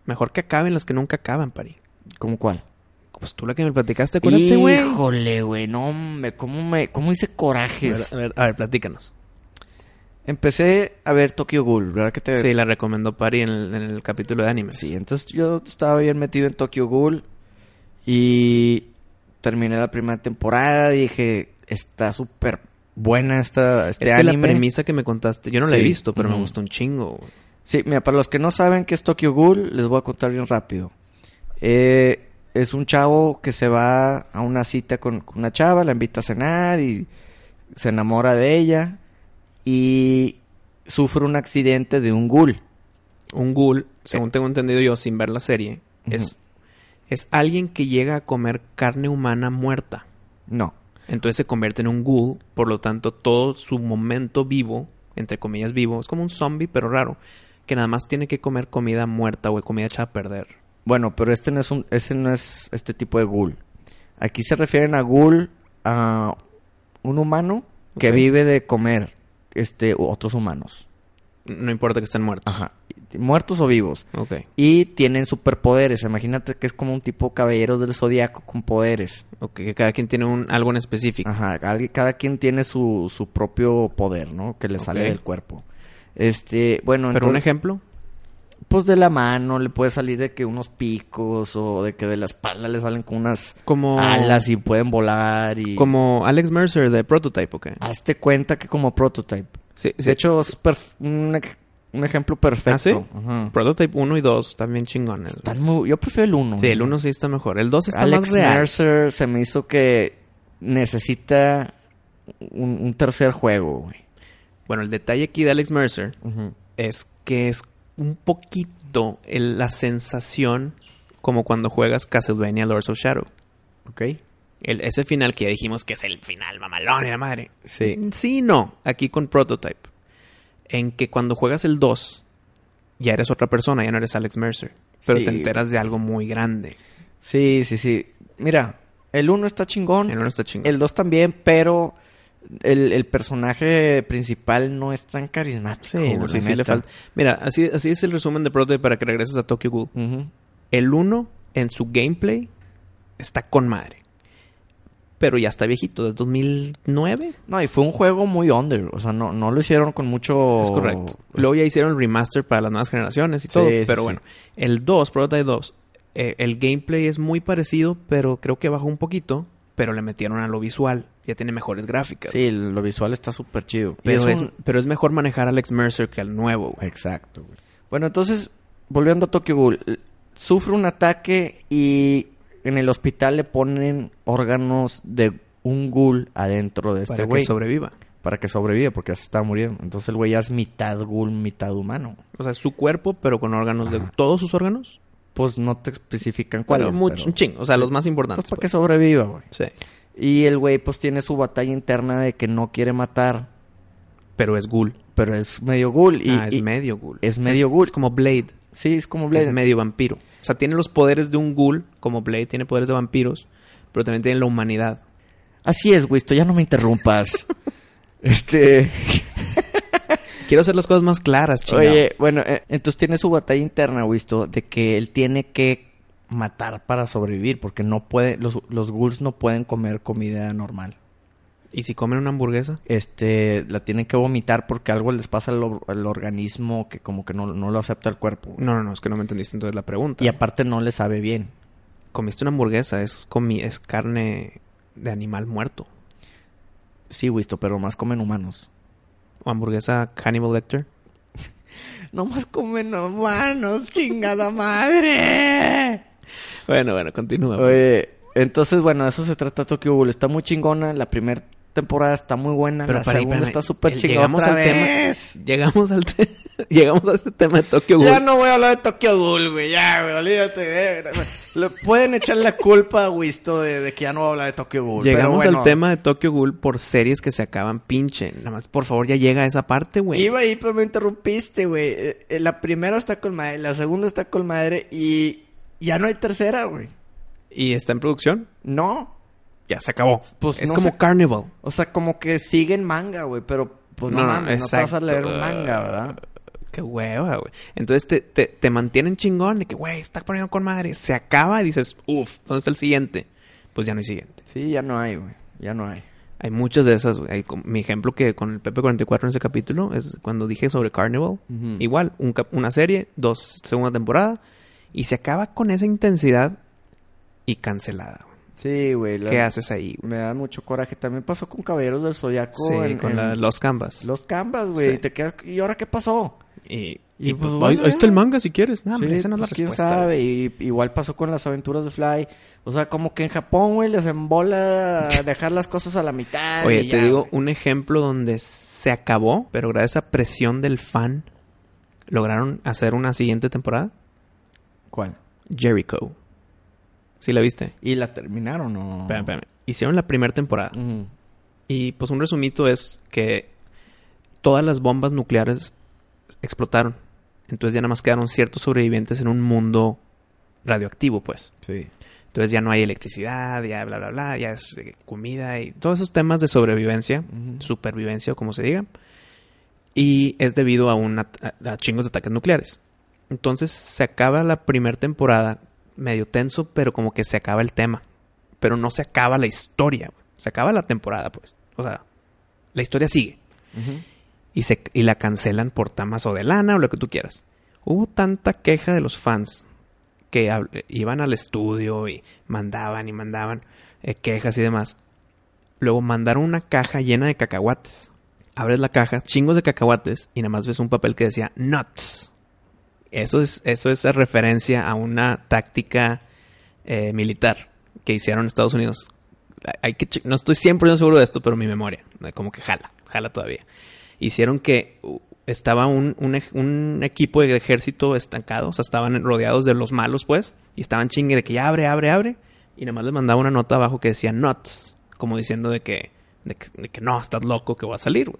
S2: Mejor que acaben las que nunca acaban, Pari.
S1: ¿Cómo cuál?
S2: Pues tú la que me platicaste, acuérdate, güey.
S1: Híjole, güey, no, hombre, ¿cómo, me, ¿cómo hice
S2: A ver,
S1: corajes?
S2: a ver, a ver, platícanos.
S1: Empecé a ver Tokyo Ghoul, ¿verdad que te...
S2: Sí, la recomendó Pari en el, en el capítulo de anime.
S1: Sí, entonces yo estaba bien metido en Tokyo Ghoul y terminé la primera temporada y dije, está súper buena esta, este
S2: Es que
S1: anime.
S2: la premisa que me contaste, yo no la he
S1: Sí.
S2: visto, pero me
S1: Ujú.
S2: gustó un chingo. güey.
S1: Sí, mira, para los que no saben qué es Tokyo Ghoul, les voy a contar bien rápido. Eh, es un chavo que se va a una cita con, con una chava, la invita a cenar y se enamora de ella y sufre un accidente de un ghoul.
S2: Un ghoul, según tengo entendido yo, sin ver la serie, es, es alguien que llega a comer carne humana muerta.
S1: No,
S2: Entonces se convierte en un ghoul, por lo tanto todo su momento vivo, entre comillas vivo, es como un zombie pero raro, que nada más tiene que comer comida muerta o comida echada a perder.
S1: Bueno, pero este no es un, ese no es este tipo de ghoul. Aquí se refieren a ghoul a un humano que
S2: Ok.
S1: vive de comer este otros humanos.
S2: No importa que estén muertos.
S1: Ajá. Muertos o vivos.
S2: Ok,
S1: Y tienen superpoderes. Imagínate que es como un tipo caballeros del zodiaco con poderes.
S2: ok, que cada quien tiene un, algo en específico.
S1: Ajá. alguien- Cada quien tiene su, su propio poder, ¿no? Que le sale
S2: Ok.
S1: del cuerpo. Este, bueno,
S2: pero un
S1: entonces-
S2: ejemplo,
S1: pues de la mano le puede salir de que unos picos o de que de la espalda le salen con unas
S2: como,
S1: alas y pueden volar y
S2: como Alex Mercer de Prototype, ok.
S1: hazte cuenta que como prototype.
S2: Sí, sí.
S1: De hecho, es perf- un, ej- un ejemplo perfecto.
S2: ¿Ah, sí?
S1: Ajá.
S2: Prototype 1 y 2 están bien chingones.
S1: Están muy- yo prefiero el 1.
S2: Sí, el 1 sí está mejor. El 2 está
S1: Alex
S2: más real.
S1: Mercer se me hizo que necesita un, un tercer juego, güey.
S2: Bueno, el detalle aquí de Alex Mercer es que es un poquito el- la sensación como cuando juegas Castlevania Lords of Shadow.
S1: Ok.
S2: El- ese final que ya dijimos que es el final mamalón y la madre.
S1: Sí.
S2: Sí, y no. Aquí con Prototype. En que cuando juegas el 2, ya eres otra persona, ya no eres Alex Mercer. Pero
S1: Sí.
S2: te enteras de algo muy grande.
S1: Sí, sí, sí. Mira, el 1 está chingón.
S2: El uno está chingón.
S1: El 2 también, pero el, el personaje principal no es tan carismático.
S2: Sí,
S1: güey,
S2: no,
S1: la
S2: sí, sí le
S1: neta.
S2: falta. Mira, así, así es el resumen de Prototype para que regreses a Tokyo Ghoul.
S1: Ujú.
S2: El 1 en su gameplay está con madre. Pero ya está viejito, de 2009.
S1: No, y fue un juego muy under. O sea, no, no lo hicieron con mucho.
S2: Es correcto. Luego ya hicieron el remaster para las nuevas generaciones y
S1: Sí,
S2: todo.
S1: sí,
S2: pero
S1: sí.
S2: bueno, el 2, Prototype 2, eh, el gameplay es muy parecido, pero creo que bajó un poquito. Pero le metieron a lo visual. Ya tiene mejores gráficas.
S1: Sí, lo visual está súper chido. Y
S2: pero,
S1: es
S2: es
S1: un-
S2: pero es mejor manejar al Alex Mercer que al nuevo, güey.
S1: Exacto, güey. Bueno, entonces, volviendo a Tokyo Ghoul, l- sufre un ataque y en el hospital le ponen órganos de un ghoul adentro de este
S2: para
S1: güey
S2: que sobreviva.
S1: para que sobreviva porque ya se estaba muriendo. Entonces el güey ya es mitad ghoul, mitad humano.
S2: O sea, es su cuerpo, pero con órganos de.
S1: Ajá.
S2: ¿Todos sus órganos?
S1: Pues no te especifican cuál
S2: Pero
S1: es,
S2: mucho-
S1: pero-
S2: Un chingo. O sea, los más
S1: pues,
S2: importantes.
S1: para que
S2: pues.
S1: sobreviva, güey.
S2: Sí.
S1: Y el güey pues tiene su batalla interna de que no quiere matar,
S2: Pero es ghoul.
S1: pero es medio ghoul y,
S2: ah, es
S1: y-
S2: medio ghoul.
S1: es medio ghoul.
S2: Es como Blade.
S1: sí, es como
S2: Es
S1: Blade.
S2: medio vampiro. O sea, tiene los poderes de un ghoul, como Blade tiene poderes de vampiros, pero también tiene la humanidad.
S1: Así es, güey, esto ya no me interrumpas. este,
S2: Quiero hacer las cosas más claras, chingado.
S1: Oye, bueno, eh, entonces tiene su batalla interna, Wisto, de que él tiene que matar para sobrevivir, porque no puede, los, los ghouls no pueden comer comida normal.
S2: ¿Y si comen una hamburguesa?
S1: Este, la tienen que vomitar porque algo les pasa al, or- al organismo que como que no, no lo acepta el cuerpo.
S2: No, no, no, es que no me entendiste entonces la pregunta.
S1: Y aparte no le sabe bien.
S2: Comiste una hamburguesa, es, comi es carne de animal muerto.
S1: Sí, Wisto, pero más comen humanos.
S2: O hamburguesa Cannibal Lecter.
S1: No más comen humanos, chingada madre.
S2: Bueno, bueno, continúa.
S1: Oye, entonces, bueno, eso se trata Tokyo Ghoul. Está muy chingona. La primera temporada está muy buena. la
S2: para-
S1: segunda
S2: para-
S1: está súper
S2: el-
S1: chingona. otra vez.
S2: tema. Llegamos al te- llegamos a este tema de Tokyo Ghoul.
S1: Ya no voy a hablar de Tokyo Ghoul, güey. Ya, güey, olvídate. eh. Le pueden echar la culpa a Wisto de, de que ya no va a hablar de Tokyo Ghoul. pero
S2: Llegamos
S1: bueno,
S2: al tema de Tokyo Ghoul por series que se acaban pinche. Nada más, por favor, ya llega a esa parte, güey.
S1: Iba ahí, pero me interrumpiste, güey. Eh, eh, La primera está con madre, la segunda está con madre y ya no hay tercera, güey.
S2: Y está en producción.
S1: No.
S2: Ya se acabó.
S1: Pues
S2: es
S1: no
S2: como
S1: sé.
S2: Carnival.
S1: O sea, como que siguen manga, güey, pero pues no, mames, no te vas a
S2: exacto. Ah,
S1: leer un manga, ¿verdad?
S2: Qué hueva, güey. Entonces te, te, te mantienen chingón de que, güey, está poniendo con madre. Se acaba y dices, uff, ¿dónde está el siguiente? Pues ya no hay siguiente.
S1: Sí, ya no hay, güey. Ya no hay.
S2: Hay muchas de esas, güey. Hay como- Mi ejemplo que con el Pepe 44 en ese capítulo es cuando dije sobre Carnival.
S1: Ujú.
S2: Igual, un cap- una serie, dos, segunda temporada. Y se acaba con esa intensidad y cancelada, güey.
S1: Sí, güey. la-
S2: ¿Qué haces ahí? güey?
S1: Me da mucho coraje. También pasó con Caballeros del Zodiaco.
S2: Sí,
S1: en-
S2: con
S1: en
S2: la- los canvas.
S1: Los Canvas, güey.
S2: Sí.
S1: Y te quedas. ¿Y ahora qué pasó?
S2: Y,
S1: Y,
S2: y,
S1: pues,
S2: pues,
S1: bueno,
S2: ahí- ahí está
S1: ya.
S2: el manga si quieres. No, hombre,
S1: Sí,
S2: esa no es la
S1: pues, quién
S2: respuesta. güey.
S1: sabe, y- igual pasó con las aventuras de Fly. O sea, como que en Japón, güey, les embola dejar las cosas a la mitad.
S2: Oye,
S1: y
S2: te
S1: ya,
S2: digo
S1: güey.
S2: un ejemplo donde se acabó, pero gracias a presión del fan lograron hacer una siguiente temporada.
S1: ¿Cuál?
S2: Jericho. ¿Sí la viste?
S1: ¿Y la terminaron o...?
S2: Espérame, espérame. Hicieron la primera temporada.
S1: Ujú.
S2: Y pues un resumito es que todas las bombas nucleares explotaron. Entonces ya nada más quedaron ciertos sobrevivientes en un mundo radioactivo, pues.
S1: Sí.
S2: Entonces ya no hay electricidad, ya bla, bla, bla, ya es eh, comida y todos esos temas de sobrevivencia,
S1: Ujú.
S2: supervivencia o como se diga. Y es debido a, un at- a- a chingos de ataques nucleares. Entonces se acaba la primera temporada medio tenso, pero como que se acaba el tema. Pero no se acaba la historia, güey. se acaba la temporada, pues. O sea, la historia sigue y, se, y la cancelan por tamazo de lana o lo que tú quieras. Hubo tanta queja de los fans que hab- iban al estudio y mandaban y mandaban eh, quejas y demás. Luego mandaron una caja llena de cacahuates. Abres la caja, chingos de cacahuates y nada más ves un papel que decía nuts. Eso es, eso es a referencia a una táctica eh, militar que hicieron en Estados Unidos. Hay que che- no estoy 100% seguro de esto, pero mi memoria, eh, como que jala, jala todavía hicieron que uh, estaba un, un ej- un equipo de ejército estancado, o sea, estaban rodeados de los malos, pues, y estaban chingue de que ya abre, abre, abre, y nada más les mandaba una nota abajo que decía nuts, como diciendo de que, de que, de que no, estás loco, que va a salir, güey.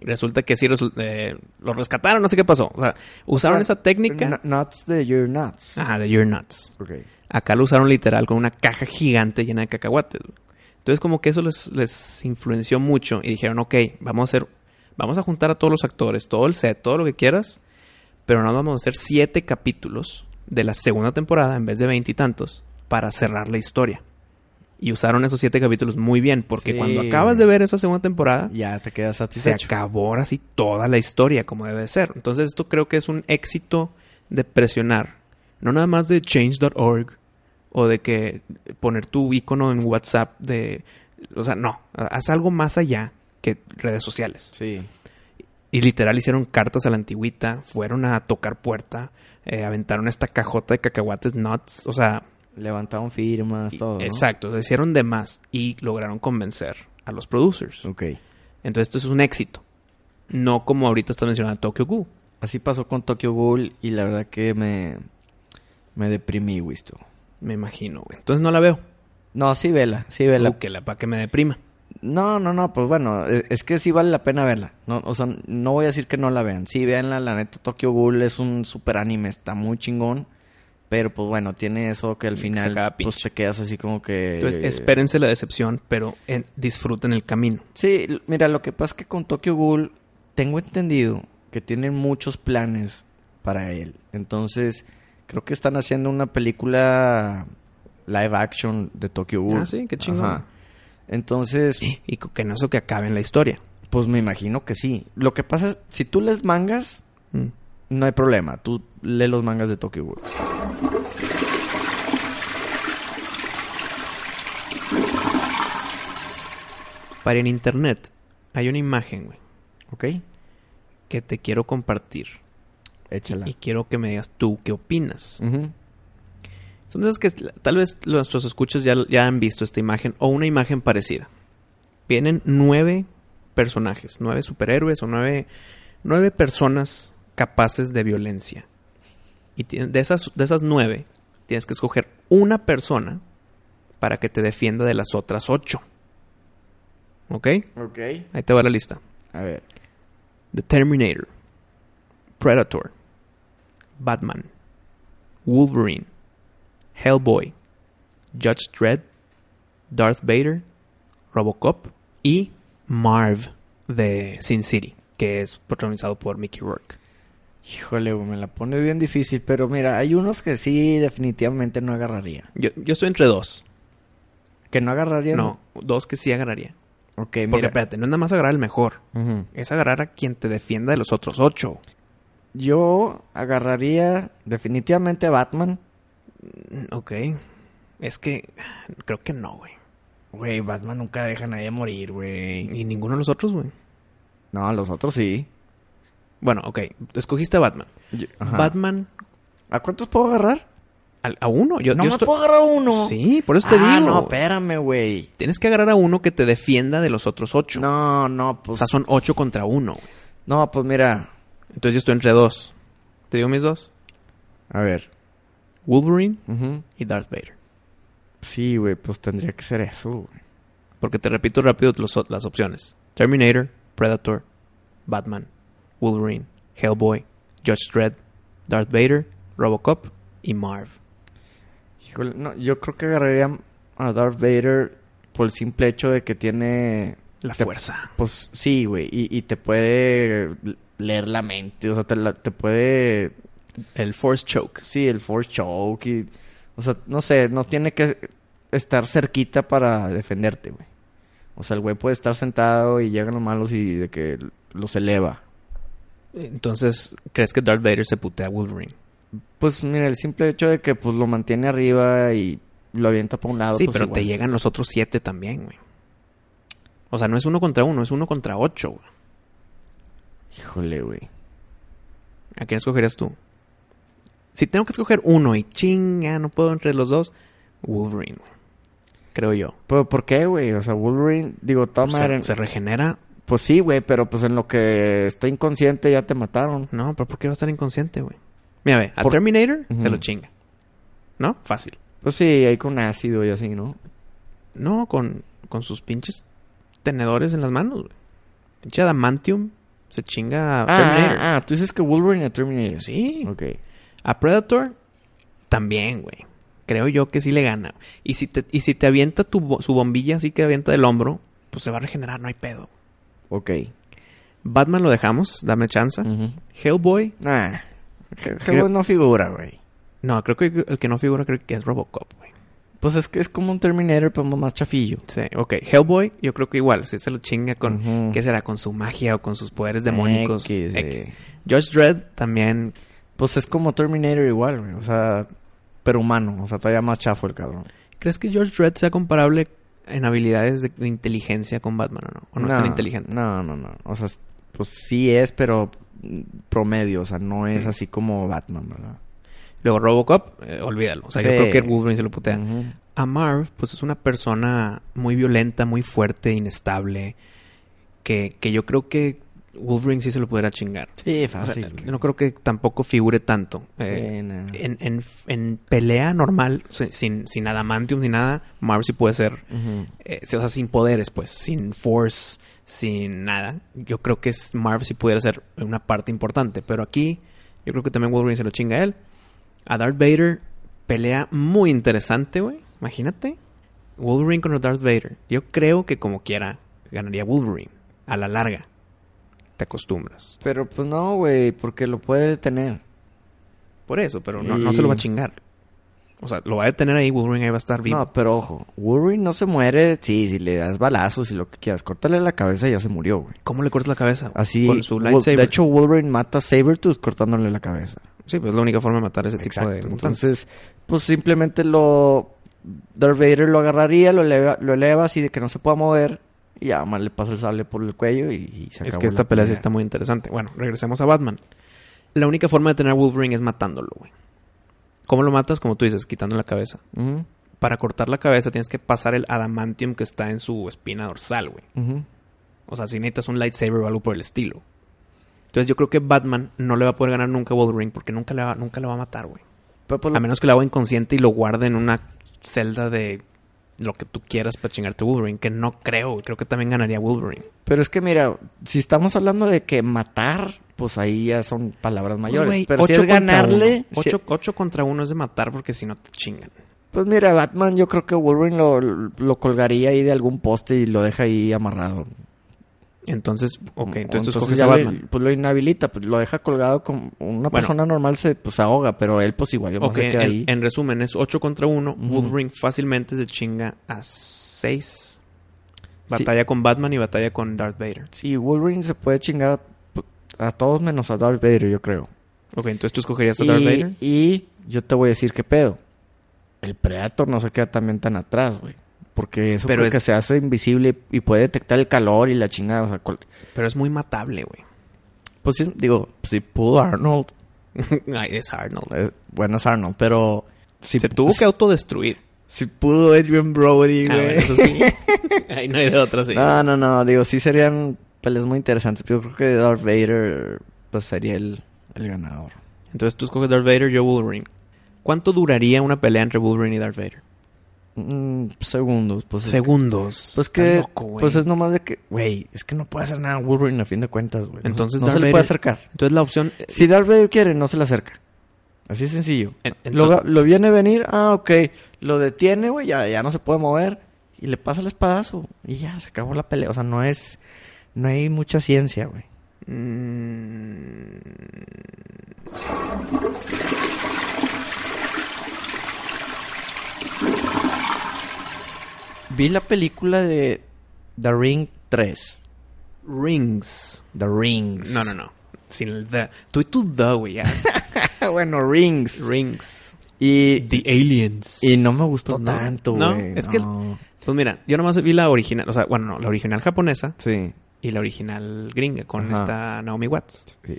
S2: Y Resulta que sí, resul- eh, lo rescataron, no sé qué pasó. O sea, usaron
S1: O sea,
S2: esa técnica.
S1: n- Nuts de You're Nuts.
S2: Ajá, de You're Nuts.
S1: Ok.
S2: Acá lo usaron literal con una caja gigante llena de cacahuates. güey. Entonces como que eso les, les influenció mucho y dijeron, ok, vamos a hacer, vamos a juntar a todos los actores, todo el set, todo lo que quieras, pero no vamos a hacer siete capítulos de la segunda temporada en vez de veintitantos para cerrar la historia. Y usaron esos siete capítulos muy bien, porque
S1: Sí.
S2: cuando acabas de ver esa segunda temporada,
S1: Ya te quedas
S2: Ah. se
S1: satisfecho.
S2: acabó ahora sí toda la historia como debe de ser. Entonces esto creo que es un éxito de presionar, no nada más de change.org o de que poner tu icono en WhatsApp de, o sea, no, haz algo más allá que redes sociales.
S1: Sí.
S2: Y literal hicieron cartas a la antigüita, fueron a tocar puerta, eh, aventaron esta cajota de cacahuates nuts, o sea,
S1: Levantaron firmas,
S2: y-
S1: todo, ¿no?
S2: exacto, o sea, hicieron de más y lograron convencer a los producers.
S1: Ok.
S2: Entonces esto es un éxito. No como ahorita estás mencionando Tokyo Ghoul.
S1: Así pasó con Tokyo Ghoul y la verdad que me... Me deprimí, Wisto.
S2: Me imagino, güey. Entonces no la veo.
S1: No, sí vela, sí vela.
S2: Uh, que la para que me deprima.
S1: No, no, no, pues bueno, eh, es que sí vale la pena verla. No, o sea, no voy a decir que no la vean. Sí, véanla, la neta, Tokyo Ghoul es un super anime, está muy chingón. Pero pues bueno, tiene eso que al
S2: Se
S1: final
S2: acaba
S1: pues
S2: pinche. Pues,
S1: te quedas así como que...
S2: Entonces espérense la decepción, pero eh, disfruten el camino.
S1: Sí, l- mira, lo que pasa es que con Tokyo Ghoul tengo entendido que tienen muchos planes para él. Entonces, creo que están haciendo una película live action de Tokyo Ghoul.
S2: Ah, sí, qué chingón.
S1: Entonces,
S2: Y que no eso que acabe en la historia.
S1: pues me imagino que sí. Lo que pasa es, si tú lees mangas,
S2: Mm.
S1: no hay problema. Tú lees los mangas de Tokyo Ghoul.
S2: Para en internet hay una imagen, güey,
S1: ¿Ok?
S2: que te quiero compartir.
S1: Échala.
S2: Y quiero que me digas tú qué opinas.
S1: Ujú.
S2: Son de esas que tal vez nuestros escuchos ya, ya han visto esta imagen o una imagen parecida. Vienen nueve personajes, nueve superhéroes o nueve, nueve personas capaces de violencia. Y ti- de esas, de esas nueve, tienes que escoger una persona para que te defienda de las otras ocho. ¿Ok?
S1: Ok.
S2: Ahí te va la lista.
S1: A ver.
S2: The Terminator, Predator, Batman, Wolverine, Hellboy, Judge Dredd, Darth Vader, Robocop y Marv de Sin City, que es protagonizado por Mickey Rourke.
S1: Híjole, güey, me la pone bien difícil, pero mira, hay unos que sí definitivamente no agarraría.
S2: Yo, yo estoy entre dos.
S1: Que no agarraría.
S2: No, dos que sí agarraría.
S1: Ok,
S2: Porque
S1: mira.
S2: espérate, no es nada más agarrar al mejor.
S1: Ujú.
S2: Es agarrar a quien te defienda de los otros ocho.
S1: Yo agarraría definitivamente a Batman.
S2: Mm, Ok. Es que creo que no, güey.
S1: Güey, Batman nunca deja a nadie morir, güey.
S2: Y ninguno de los otros, güey.
S1: No, los otros sí.
S2: Bueno, ok. Escogiste a Batman.
S1: Yo- ajá.
S2: Batman
S1: ¿A cuántos puedo agarrar?
S2: al- a, uno. Yo,
S1: no
S2: yo
S1: me
S2: estoy-
S1: puedo agarrar uno.
S2: Sí, por eso Pues te
S1: Ah,
S2: digo.
S1: no, espérame, güey.
S2: Tienes que agarrar a uno que te defienda de los otros ocho.
S1: No, no,
S2: O
S1: pues.
S2: sea, son ocho contra uno. güey.
S1: No, pues mira.
S2: Entonces yo estoy entre dos. ¿Te digo mis dos?
S1: A ver.
S2: Wolverine
S1: Ujú.
S2: y Darth Vader.
S1: Sí, güey, pues tendría que ser eso, güey.
S2: Porque te repito rápido los o- las opciones. Terminator, Predator, Batman, Wolverine, Hellboy, Judge Dredd, Darth Vader, Robocop y Marv.
S1: Híjole, no, yo creo que agarraría a Darth Vader por el simple hecho de que tiene.
S2: La
S1: te-
S2: fuerza.
S1: Pues sí, güey, y, y te puede leer la mente, o sea, te, la- te puede.
S2: El Force Choke.
S1: Sí, el Force Choke, y, o sea, no sé, no tiene que estar cerquita para defenderte, güey. O sea, el güey puede estar sentado y llegan los malos y de que los eleva.
S2: Entonces, ¿crees que Darth Vader se putea a Wolverine?
S1: Pues mira, el simple hecho de que pues lo mantiene arriba y lo avienta para un lado.
S2: Sí,
S1: pues,
S2: pero te
S1: igual.
S2: llegan los otros siete también, güey. O sea, no es uno contra uno, es uno contra ocho, güey.
S1: Híjole, güey.
S2: ¿A quién escogerías tú? Si tengo que escoger uno y chinga, no puedo entre los dos, Wolverine, güey. Creo yo.
S1: ¿Pero por qué, güey? O sea, Wolverine, digo, toma...
S2: Se, se regenera.
S1: Pues sí, güey, pero pues en lo que está inconsciente ya te mataron.
S2: No, pero ¿por qué va a estar inconsciente, güey? Mira, ve, a
S1: Por-
S2: Terminator
S1: Ujú.
S2: se lo chinga. ¿No? Fácil.
S1: Pues sí, ahí con ácido y así, ¿no?
S2: No, con, con sus pinches tenedores en las manos, güey. Pinche Adamantium se chinga a Terminator.
S1: Ah, ah, tú dices que Wolverine a Terminator.
S2: Sí.
S1: Ok.
S2: A Predator también, güey. Creo yo que sí le gana. Y si te, y si te avienta tu, bo- su bombilla así que avienta del hombro, pues se va a regenerar, no hay pedo.
S1: Ok.
S2: Batman lo dejamos, dame chance.
S1: Ujú.
S2: Hellboy,
S1: Nah. Hell-
S2: Creo-
S1: Hellboy no figura, güey.
S2: no, creo que el que no figura creo que es Robocop, güey.
S1: Pues es que es como un Terminator, pero más chafillo.
S2: Sí, ok. Hellboy, yo creo que igual, si se lo chinga con,
S1: Ujú.
S2: ¿qué será? Con su magia o con sus poderes demoníacos.
S1: X,
S2: X.
S1: eh.
S2: Judge Dredd también,
S1: Pues es como Terminator igual, güey. O sea, pero humano. O sea, todavía más chafo el cabrón.
S2: ¿crees que Judge Dredd sea comparable en habilidades de, de inteligencia con Batman o no? ¿O no, es tan inteligente?
S1: No, no, no. O sea, es- pues sí es, pero mm, promedio. O sea, no es así como Batman, ¿verdad?
S2: Luego Robocop, eh, olvídalo. O sea, yo
S1: Sí.
S2: creo que Wolverine se lo putea.
S1: Ujú.
S2: A Marv, pues es una persona muy violenta, muy fuerte, inestable. Que, que yo creo que Wolverine sí se lo pudiera chingar.
S1: Sí,
S2: O sea, eh,
S1: fácil.
S2: no creo que tampoco figure tanto. Eh,
S1: Sí, no.
S2: en, en- en pelea normal, o sea, sin, sin adamantium ni nada, Marv sí puede ser.
S1: Ujú.
S2: eh, o sea, sin poderes, pues, sin force, sin nada. Yo creo que es- Marv sí pudiera ser una parte importante. Pero aquí, yo creo que también Wolverine se lo chinga a él. A Darth Vader, pelea muy interesante, güey. Imagínate. Wolverine contra Darth Vader. Yo creo que como quiera, ganaría Wolverine. A la larga. Te acostumbras.
S1: Pero pues no, güey, porque lo puede detener.
S2: Por eso, pero no, no se lo va a
S1: Y-
S2: chingar. O sea, lo va a detener ahí, Wolverine ahí va a estar vivo.
S1: No, pero ojo, Wolverine no se muere, sí, si le das balazos y lo que quieras, córtale la cabeza y ya se murió, güey.
S2: ¿Cómo le cortas la cabeza?
S1: Así,
S2: Con su
S1: Wol-
S2: lightsaber.
S1: de hecho Wolverine mata a Sabretooth cortándole la cabeza.
S2: Sí, pues es la única forma de matar ese tipo
S1: Exacto.
S2: de mutantes.
S1: Entonces, pues simplemente lo Darth Vader lo agarraría, lo eleva, lo eleva así de que no se pueda mover y ya más le pasa el sable por el cuello y, y se
S2: es
S1: acabó
S2: que esta
S1: la
S2: pelea sí está muy interesante. Bueno, regresemos a Batman. La única forma de tener a Wolverine es matándolo, güey. ¿Cómo lo matas? Como tú dices, quitando la cabeza.
S1: Ujú,
S2: Para cortar la cabeza tienes que pasar el adamantium que está en su espina dorsal, güey.
S1: ujú.
S2: O sea, si necesitas un lightsaber o algo por el estilo. Entonces yo creo que Batman no le va a poder ganar nunca a Wolverine porque nunca le va, nunca lo va a matar, güey.
S1: Pero, pues,
S2: A menos que lo haga inconsciente y lo guarde en una celda de lo que tú quieras para chingarte a Wolverine, que no creo. Creo que también ganaría Wolverine.
S1: pero es que mira, si estamos hablando de que matar, pues ahí ya son palabras mayores.
S2: Güey,
S1: pero si
S2: ocho
S1: es
S2: contra
S1: ganarle,
S2: uno.
S1: si-
S2: Ocho, ocho contra uno es de matar porque si no te chingan.
S1: pues mira, Batman yo creo que Wolverine lo, lo colgaría ahí de algún poste y lo deja ahí amarrado.
S2: Entonces, ok,
S1: Mm, O
S2: entonces tú escoges
S1: ya
S2: a
S1: le-
S2: Batman.
S1: pues lo inhabilita, pues lo deja colgado como una
S2: Bueno.
S1: persona normal se pues ahoga, pero él pues igual yo
S2: Ok,
S1: se queda ahí.
S2: en, en resumen, es ocho contra uno.
S1: Ujú.
S2: Wolverine fácilmente se chinga a seis. Batalla con Batman y batalla con Darth Vader.
S1: Sí, Wolverine se puede chingar a, a todos menos a Darth Vader, yo creo.
S2: Ok, entonces tú escogerías a
S1: y,
S2: Darth Vader.
S1: y yo te voy a decir qué pedo. El Predator no se queda también tan atrás, güey. Porque eso
S2: Pero
S1: creo
S2: es-
S1: que se hace invisible y puede detectar el calor y la chingada. O sea, col-
S2: Pero es muy matable, güey.
S1: pues sí, digo, si pudo Arnold,
S2: Ay, es Arnold.
S1: eh, bueno es Arnold, pero si,
S2: se tuvo que autodestruir.
S1: si pudo Adrian Brody,
S2: Ah,
S1: pues. güey. Ah.
S2: bueno, eso sí. Ahí no hay de otra, sí.
S1: No, no, no, digo, sí serían peleas muy interesantes. Yo creo que Darth Vader pues sería el, el ganador.
S2: Entonces tú escoges Darth Vader, yo Wolverine. ¿Cuánto duraría una pelea entre Wolverine y Darth Vader?
S1: Mm, segundos, pues. es-
S2: Segundos.
S1: Pues que, pues es nomás de que, güey, es que no puede hacer nada Wolverine a fin de cuentas, güey. No-
S2: Entonces
S1: no,
S2: Darth
S1: se le
S2: Vader-
S1: puede acercar.
S2: Entonces la opción... eh,
S1: Si Darth Vader quiere, no se le acerca. Así es sencillo.
S2: En-
S1: Lo,
S2: entonces-
S1: lo viene venir, ah, ok, lo detiene, güey, ya, ya no se puede mover. Y le pasa el espadazo y ya, se acabó la pelea. O sea, no es, no hay mucha ciencia, güey.
S2: mm,
S1: Vi la película de The Ring 3.
S2: rings.
S1: The Rings.
S2: No, no, no. Sin el the. Tú y tu the, güey. ya.
S1: no. bueno, Rings.
S2: rings.
S1: Y,
S2: The aliens.
S1: y no me gustó
S2: Pues no.
S1: tanto,
S2: No,
S1: güey.
S2: es que-
S1: no.
S2: Pues mira, yo nomás vi la original... O sea, bueno, no. La original japonesa
S1: Sí.
S2: y la original gringa con
S1: Ajá.
S2: esta Naomi Watts.
S1: sí.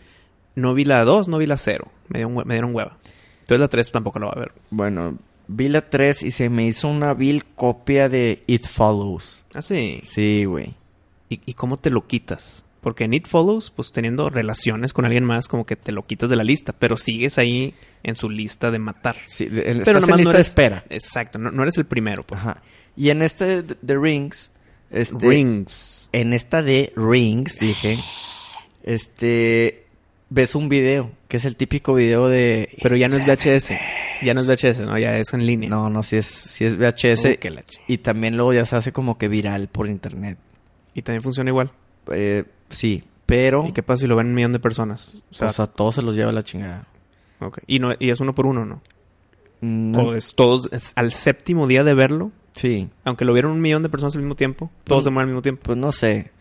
S2: No vi la 2, no vi la 0. Me, dio un hue- me dieron hueva. Entonces la 3 tampoco la va a ver.
S1: Bueno, vi la 3 y se me hizo una vil copia de It Follows.
S2: Ah, sí.
S1: Sí, güey.
S2: ¿Y, y cómo te lo quitas? Porque en It Follows, pues teniendo relaciones con alguien más, como que te lo quitas de la lista, pero sigues ahí en su lista de matar.
S1: Sí, de- en-
S2: Pero
S1: estás en
S2: nomás
S1: lista
S2: no
S1: de
S2: eres-
S1: espera.
S2: Exacto, no, no eres el primero. Pues.
S1: Ajá. Y en este de- The Rings, Ah, este,
S2: Rings.
S1: en esta de Rings, dije, este, ves un video, que es el típico video de...
S2: Pero ya no es VHS. Ya no es VHS, ¿no? Ya es en línea.
S1: No, no, si es, si es VHS.
S2: Uh, que la chi-
S1: y también luego ya se hace como que viral por internet.
S2: Y también funciona igual.
S1: Eh, sí, pero...
S2: ¿Y qué pasa si lo ven un millón de personas? O
S1: o sea,
S2: sea,
S1: todos se los lleva la chingada.
S2: ok. y, no, y es uno por uno, ¿no?
S1: No-
S2: O es todos, es al séptimo día de verlo,
S1: Mm, sí,
S2: aunque lo vieron un millón de personas al mismo tiempo, todos
S1: Mm.
S2: se mueren al mismo tiempo.
S1: pues no sé.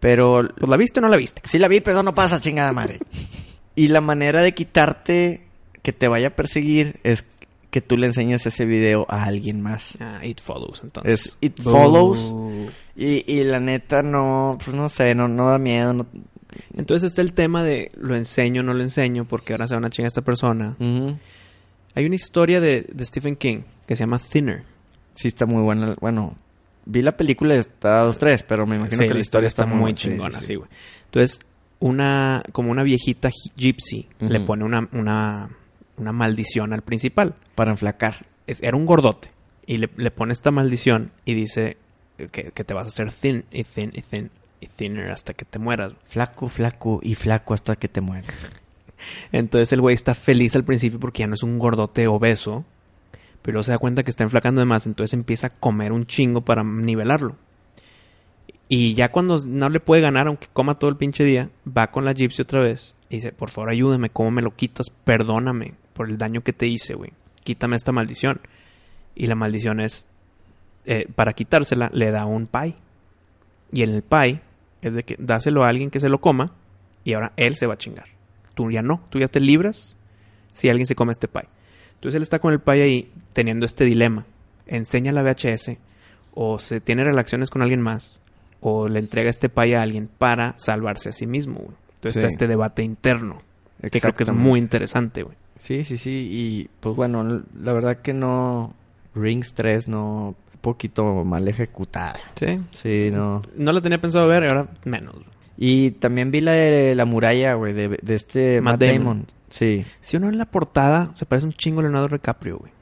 S1: Pero
S2: Pues la viste o no la viste.
S1: Sí la vi, pero no pasa, chingada madre. y la manera de quitarte que te vaya a perseguir es que tú le enseñes ese video a alguien más.
S2: Ah, It Follows, entonces.
S1: Es It
S2: Boo.
S1: Follows. Y, y la neta no, pues no sé, no, no da miedo. no-
S2: Entonces está el tema de lo enseño, no lo enseño, porque ahora se van a chingar a esta persona.
S1: Ujú.
S2: Hay una historia de, de Stephen King que se llama Thinner.
S1: Sí está muy buena. Bueno, vi la película y está a dos, tres, pero me imagino
S2: Sí,
S1: que la historia está,
S2: muy
S1: buena, sí, sí,
S2: chingona, sí,
S1: sí.
S2: güey. Entonces, una, como una viejita gi- gypsy
S1: Ujú.
S2: le pone una, una, una maldición al principal.
S1: Para enflacar.
S2: Es- era un gordote. Y le, le pone esta maldición y dice que, que te vas a hacer thin y thin y thin y thinner hasta que te mueras.
S1: Flaco, flaco y flaco hasta que te mueras.
S2: Entonces el güey está feliz al principio porque ya no es un gordote obeso. Pero luego se da cuenta que está enflacando de más. Entonces empieza a comer un chingo para nivelarlo. Y ya cuando no le puede ganar, aunque coma todo el pinche día, va con la gypsy otra vez. Y dice, por favor ayúdame, ¿cómo me lo quitas? Perdóname por el daño que te hice, güey. quítame esta maldición. Y la maldición es, eh, para quitársela, le da un pie. Y en el pie es de que dáselo a alguien que se lo coma y ahora él se va a chingar. Tú ya no, tú ya te libras si alguien se come este pie. Entonces él está con el pie ahí teniendo este dilema. Enseña la VHS o se tiene relaciones con alguien más o le entrega este pie a alguien para salvarse a sí mismo. güey. Entonces
S1: Sí.
S2: está este debate interno que creo que es muy interesante, güey.
S1: Sí, sí, sí. Y pues bueno, l- la verdad que no. Rings 3 no. Poquito mal ejecutada.
S2: Sí.
S1: Sí, no.
S2: No la tenía pensado ver y ahora menos. güey.
S1: Y también vi la de la muralla, güey, de, de este
S2: Matt
S1: Matt,
S2: Damon.
S1: Damon. Sí.
S2: Si uno en la portada se parece un chingo a Leonardo DiCaprio, güey.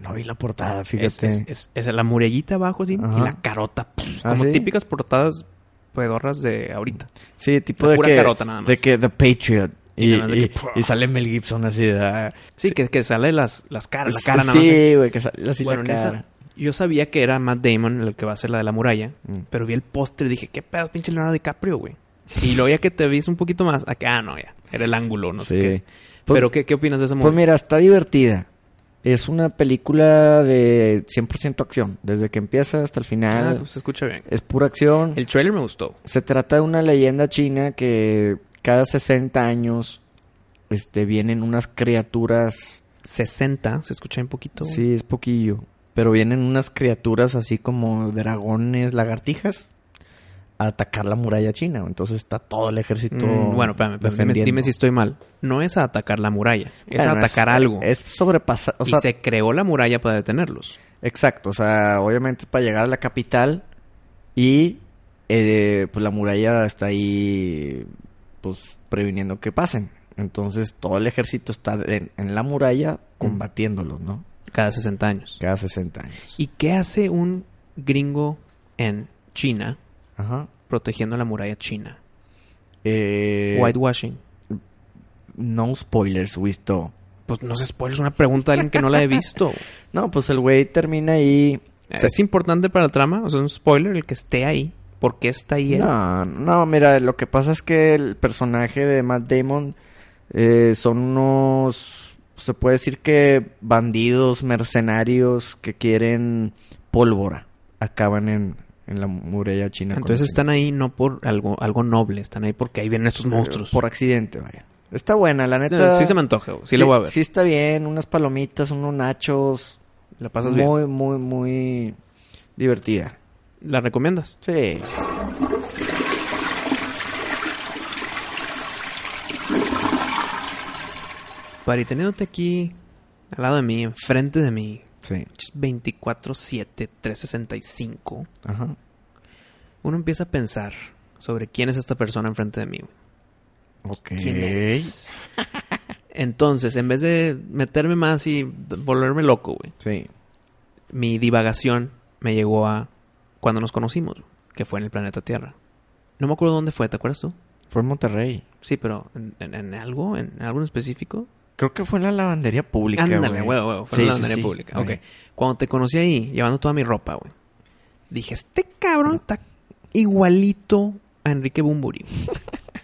S1: No vi la portada,
S2: Es,
S1: fíjate.
S2: es- es- es la murellita abajo así y
S1: Ajá.
S2: la carota. pff,
S1: ¿Ah,
S2: como
S1: sí?
S2: típicas portadas pedorras de ahorita.
S1: sí, tipo
S2: la
S1: de
S2: pura
S1: que,
S2: carota nada más.
S1: de que The Patriot.
S2: Y
S1: Y,
S2: nada más de
S1: y-
S2: que-
S1: y sale Mel Gibson así de... ah,
S2: Sí, que, que sale las, las caras, la cara nada más. ¿eh?
S1: Sí, güey, que sale así
S2: Bueno, en
S1: la
S2: esa-
S1: cara.
S2: yo sabía que era Matt Damon el que va a ser la de la muralla,
S1: Mm.
S2: pero vi el póster y dije, ¿qué pedo, pinche Leonardo DiCaprio, güey? Y luego ya que te viste un poquito más, acá, ah, no, ya. Era el ángulo, no sé
S1: Sí.
S2: qué es.
S1: Pues-
S2: pero, ¿qué, qué opinas de esa
S1: Pues
S2: movie?
S1: mira, está divertida. Es una película de 100% acción. Desde que empieza hasta el
S2: Ah,
S1: final.
S2: pues se escucha bien.
S1: Es pura acción.
S2: El trailer me gustó.
S1: Se trata de una leyenda china que cada 60 años este, vienen unas criaturas.
S2: 60, se escucha un poquito.
S1: Sí, es poquillo. Pero vienen unas criaturas así como dragones, lagartijas, a atacar la muralla china. Entonces está todo el ejército.
S2: Mm, bueno, espérame, espérame, dime- dime,
S1: defendiendo.
S2: si estoy mal. No es a atacar la muralla, es a
S1: Bueno,
S2: atacar algo.
S1: Es sobrepasar. O sea,
S2: y se creó la muralla para detenerlos.
S1: Exacto, o sea, obviamente para llegar a la capital y eh, pues la muralla está ahí pues previniendo que pasen. Entonces todo el ejército está de- en, en la
S2: Mm.
S1: muralla combatiéndolos, ¿no?
S2: Cada 60 años.
S1: Cada 60 años.
S2: ¿Y qué hace un gringo en China
S1: Ajá.
S2: protegiendo la muralla china?
S1: Eh,
S2: Whitewashing.
S1: No spoilers, visto.
S2: Pues no se spoilers, una pregunta de alguien que no la he visto.
S1: No, pues el güey termina ahí.
S2: O sea,
S1: se-
S2: es importante para la trama, o sea, un spoiler el que esté ahí. ¿Por qué está ahí? él?
S1: No, no, mira, lo que pasa es que el personaje de Matt Damon eh, son unos, se puede decir que bandidos, mercenarios que quieren pólvora. Acaban en, en la muralla china. con
S2: Entonces
S1: los
S2: están ahí no por algo, algo noble, están ahí porque ahí vienen estos
S1: chinos.
S2: monstruos.
S1: Por accidente, vaya. Está buena, la
S2: Sí,
S1: neta.
S2: sí se me antoja, sí, lo voy a ver.
S1: Sí está bien, unas palomitas, unos nachos.
S2: la pasas bien.
S1: muy, muy, muy divertida.
S2: ¿La recomiendas?
S1: Sí.
S2: Pari, teniéndote aquí al lado de mí, enfrente de mí,
S1: Sí.
S2: 24-7, 365,
S1: Ajá.
S2: uno empieza a pensar sobre quién es esta persona enfrente de mí. güey.
S1: Ok.
S2: ¿Quién es? Entonces, en vez de meterme más y volverme loco, güey,
S1: Sí.
S2: mi divagación me llegó a cuando nos conocimos, güey, que fue en el planeta Tierra. No me acuerdo dónde fue, ¿te acuerdas tú?
S1: Fue en Monterrey.
S2: Sí, pero en, en- en algo, en algo en específico.
S1: Creo que fue en la lavandería pública.
S2: Ándale,
S1: güey.
S2: huevo, huevo. Fue
S1: Sí,
S2: en la
S1: sí,
S2: lavandería
S1: sí.
S2: pública.
S1: Ahí.
S2: Ok. Cuando te conocí ahí, llevando toda mi ropa, güey. Dije, este cabrón está igualito a Enrique Bumburi. güey".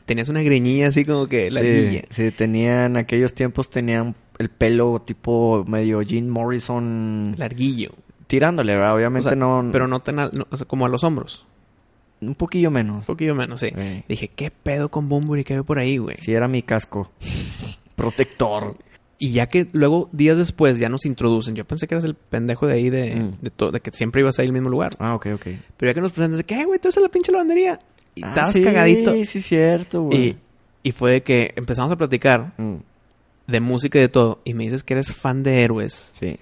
S2: Tenías una greñilla así como que la
S1: Sí, sí, tenían, aquellos tiempos tenían el pelo tipo medio Jim Morrison.
S2: Larguillo.
S1: Tirándole, ¿verdad? Obviamente
S2: O sea,
S1: no.
S2: Pero no tan... al- no, o sea, como a los hombros.
S1: Un poquillo menos.
S2: Un poquillo menos, sí.
S1: Sí.
S2: Dije, ¿qué pedo con Bumburi que veo por ahí, güey?
S1: Sí, era mi casco. Protector.
S2: Y ya que luego, días después, ya nos introducen. Yo pensé que eras el pendejo de ahí de,
S1: Mm.
S2: de, to- de que siempre ibas ahí al mismo lugar.
S1: Ah, ok, ok.
S2: Pero ya que nos presentas, de que, "Eh, güey, tú eres la pinche lavandería. Y
S1: Ah,
S2: estabas
S1: sí,
S2: cagadito.
S1: Sí, cierto,
S2: Y,
S1: güey.
S2: y fue de que empezamos a platicar
S1: Mm,
S2: de música y de todo. Y me dices que eres fan de héroes.
S1: sí.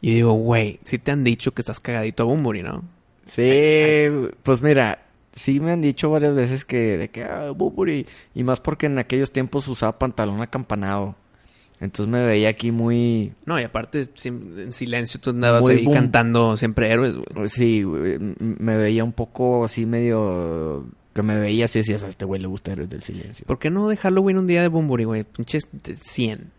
S2: Y digo, güey, sí te han dicho que estás cagadito a Bumburi, ¿no?
S1: Sí, güey. pues mira, sí me han dicho varias veces que de que ah, Bumburi y más porque en aquellos tiempos usaba pantalón acampanado. Entonces me veía aquí muy
S2: No, y aparte, sim- en silencio tú andabas
S1: Muy
S2: ahí
S1: bum-
S2: cantando siempre héroes, güey.
S1: sí, güey, m- me veía un poco así medio que me veía así decías, a este güey le gusta Héroes del Silencio.
S2: ¿Por qué no de Halloween un día de Bumburi, güey? Pinches de 100.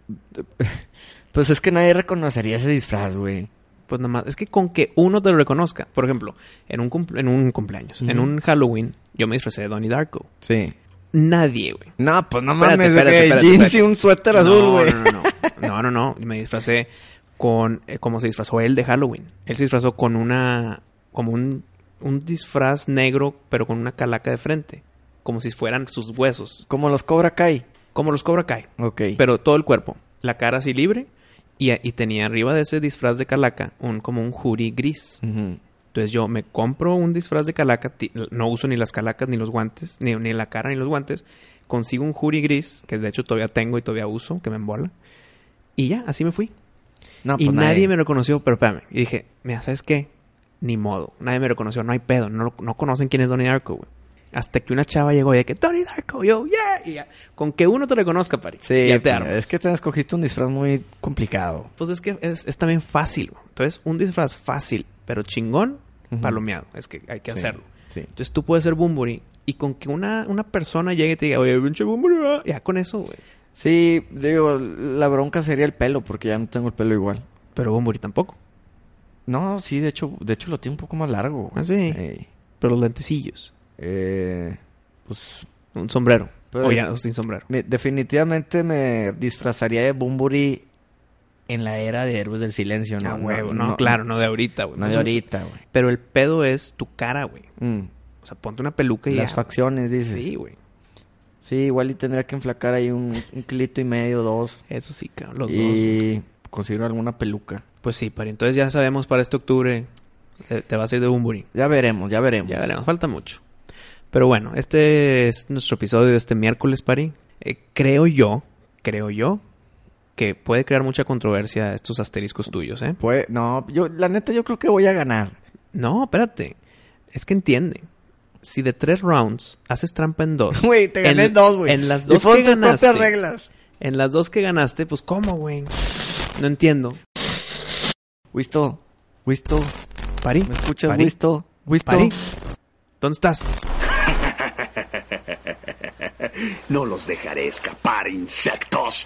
S1: Pues es que nadie reconocería ese disfraz, güey.
S2: Pues nada más, es que con que uno te lo reconozca. Por ejemplo, en un, cumple- en un cumpleaños, en
S1: Ujú.
S2: un Halloween, yo me disfracé de Donnie Darko.
S1: Sí.
S2: Nadie, güey.
S1: No, pues no
S2: Espérate,
S1: mames,
S2: espérate,
S1: güey,
S2: espérate,
S1: jeans
S2: espérate.
S1: y un suéter
S2: No,
S1: azul, güey.
S2: No, no, no. No, no, no. Me disfracé con. eh, como se disfrazó él de Halloween. Él se disfrazó con una. como un, un disfraz negro, pero con una calaca de frente. Como si fueran sus huesos.
S1: Como los Cobra Kai.
S2: Como los Cobra Kai.
S1: Ok.
S2: Pero todo el cuerpo. La cara así libre. Y, y tenía arriba de ese disfraz de calaca un, como un hoodie gris.
S1: Ujú.
S2: Entonces yo me compro un disfraz de calaca, ti- no uso ni las calacas ni los guantes, ni, ni la cara ni los guantes, consigo un jury gris, que de hecho todavía tengo y todavía uso, que me embola, y ya, así me fui.
S1: No,
S2: y
S1: pues,
S2: nadie, me reconoció, pero espérame, y dije, mira, ¿sabes qué? Ni modo, nadie me reconoció, no hay pedo, no, lo- no conocen quién es Donnie Darko, güey. Hasta que una chava llegó y de que, Donnie Darko, yo, yeah, y ya. Con que uno te reconozca, pari,
S1: Sí,
S2: ya te
S1: pues,
S2: armas.
S1: es que te escogiste un disfraz muy complicado.
S2: Pues es que es, es también fácil. güey. Entonces, un disfraz fácil, pero chingón,
S1: Ujú.
S2: palomeado. Es que hay que hacerlo.
S1: Sí.
S2: Entonces, tú puedes ser Bumburi y con que una, una persona llegue y te diga, oye, pinche Bumburi, ah", ya con eso, güey.
S1: Sí, digo, la bronca sería el pelo, porque ya no tengo el pelo igual.
S2: Pero Bumburi tampoco.
S1: No, sí, de hecho, de hecho lo tiene un poco más largo. güey.
S2: Ah, sí.
S1: Ey.
S2: Pero los lentecillos,
S1: Eh, pues
S2: un sombrero.
S1: Pero-
S2: o ya, o sin sombrero.
S1: me- definitivamente me disfrazaría de Bumburi en la era de Héroes del Silencio, ¿no?
S2: Ah, huevo, no, claro, no de ahorita, güey.
S1: No
S2: Pues,
S1: de ahorita, güey.
S2: Pero el pedo es tu cara, güey.
S1: Mm.
S2: O sea, ponte una peluca y
S1: Las
S2: ya,
S1: facciones,
S2: güey.
S1: dices.
S2: Sí,
S1: Sí.
S2: güey.
S1: igual y tendría que enflacar ahí un, un kilito y medio, dos.
S2: Eso sí, cabrón. Los dos.
S1: y conseguir alguna peluca.
S2: Pues sí, pero entonces ya sabemos para este octubre eh, te vas a ir de Bumburi.
S1: Ya veremos, ya veremos.
S2: Ya veremos, Pues, falta mucho. Pero bueno, este es nuestro episodio de este miércoles, Pari. Eh, creo yo, creo yo, que puede crear mucha controversia estos asteriscos tuyos, ¿eh?
S1: Pues, no, yo, la neta, yo creo que voy a ganar.
S2: No, espérate. Es que entiende. Si de tres rounds haces trampa en dos.
S1: Güey, te gané
S2: en-
S1: dos, güey.
S2: En las
S1: Yo
S2: dos
S1: pongo
S2: que
S1: tus propias
S2: ganaste.
S1: reglas.
S2: En las dos que ganaste, pues ¿cómo, güey? No entiendo.
S1: Wisto, Wisto,
S2: Pari.
S1: ¿me escuchas,
S2: Pari,
S1: Wisto? Wisto.
S2: Pari. ¿Dónde estás?
S3: No los dejaré escapar, insectos.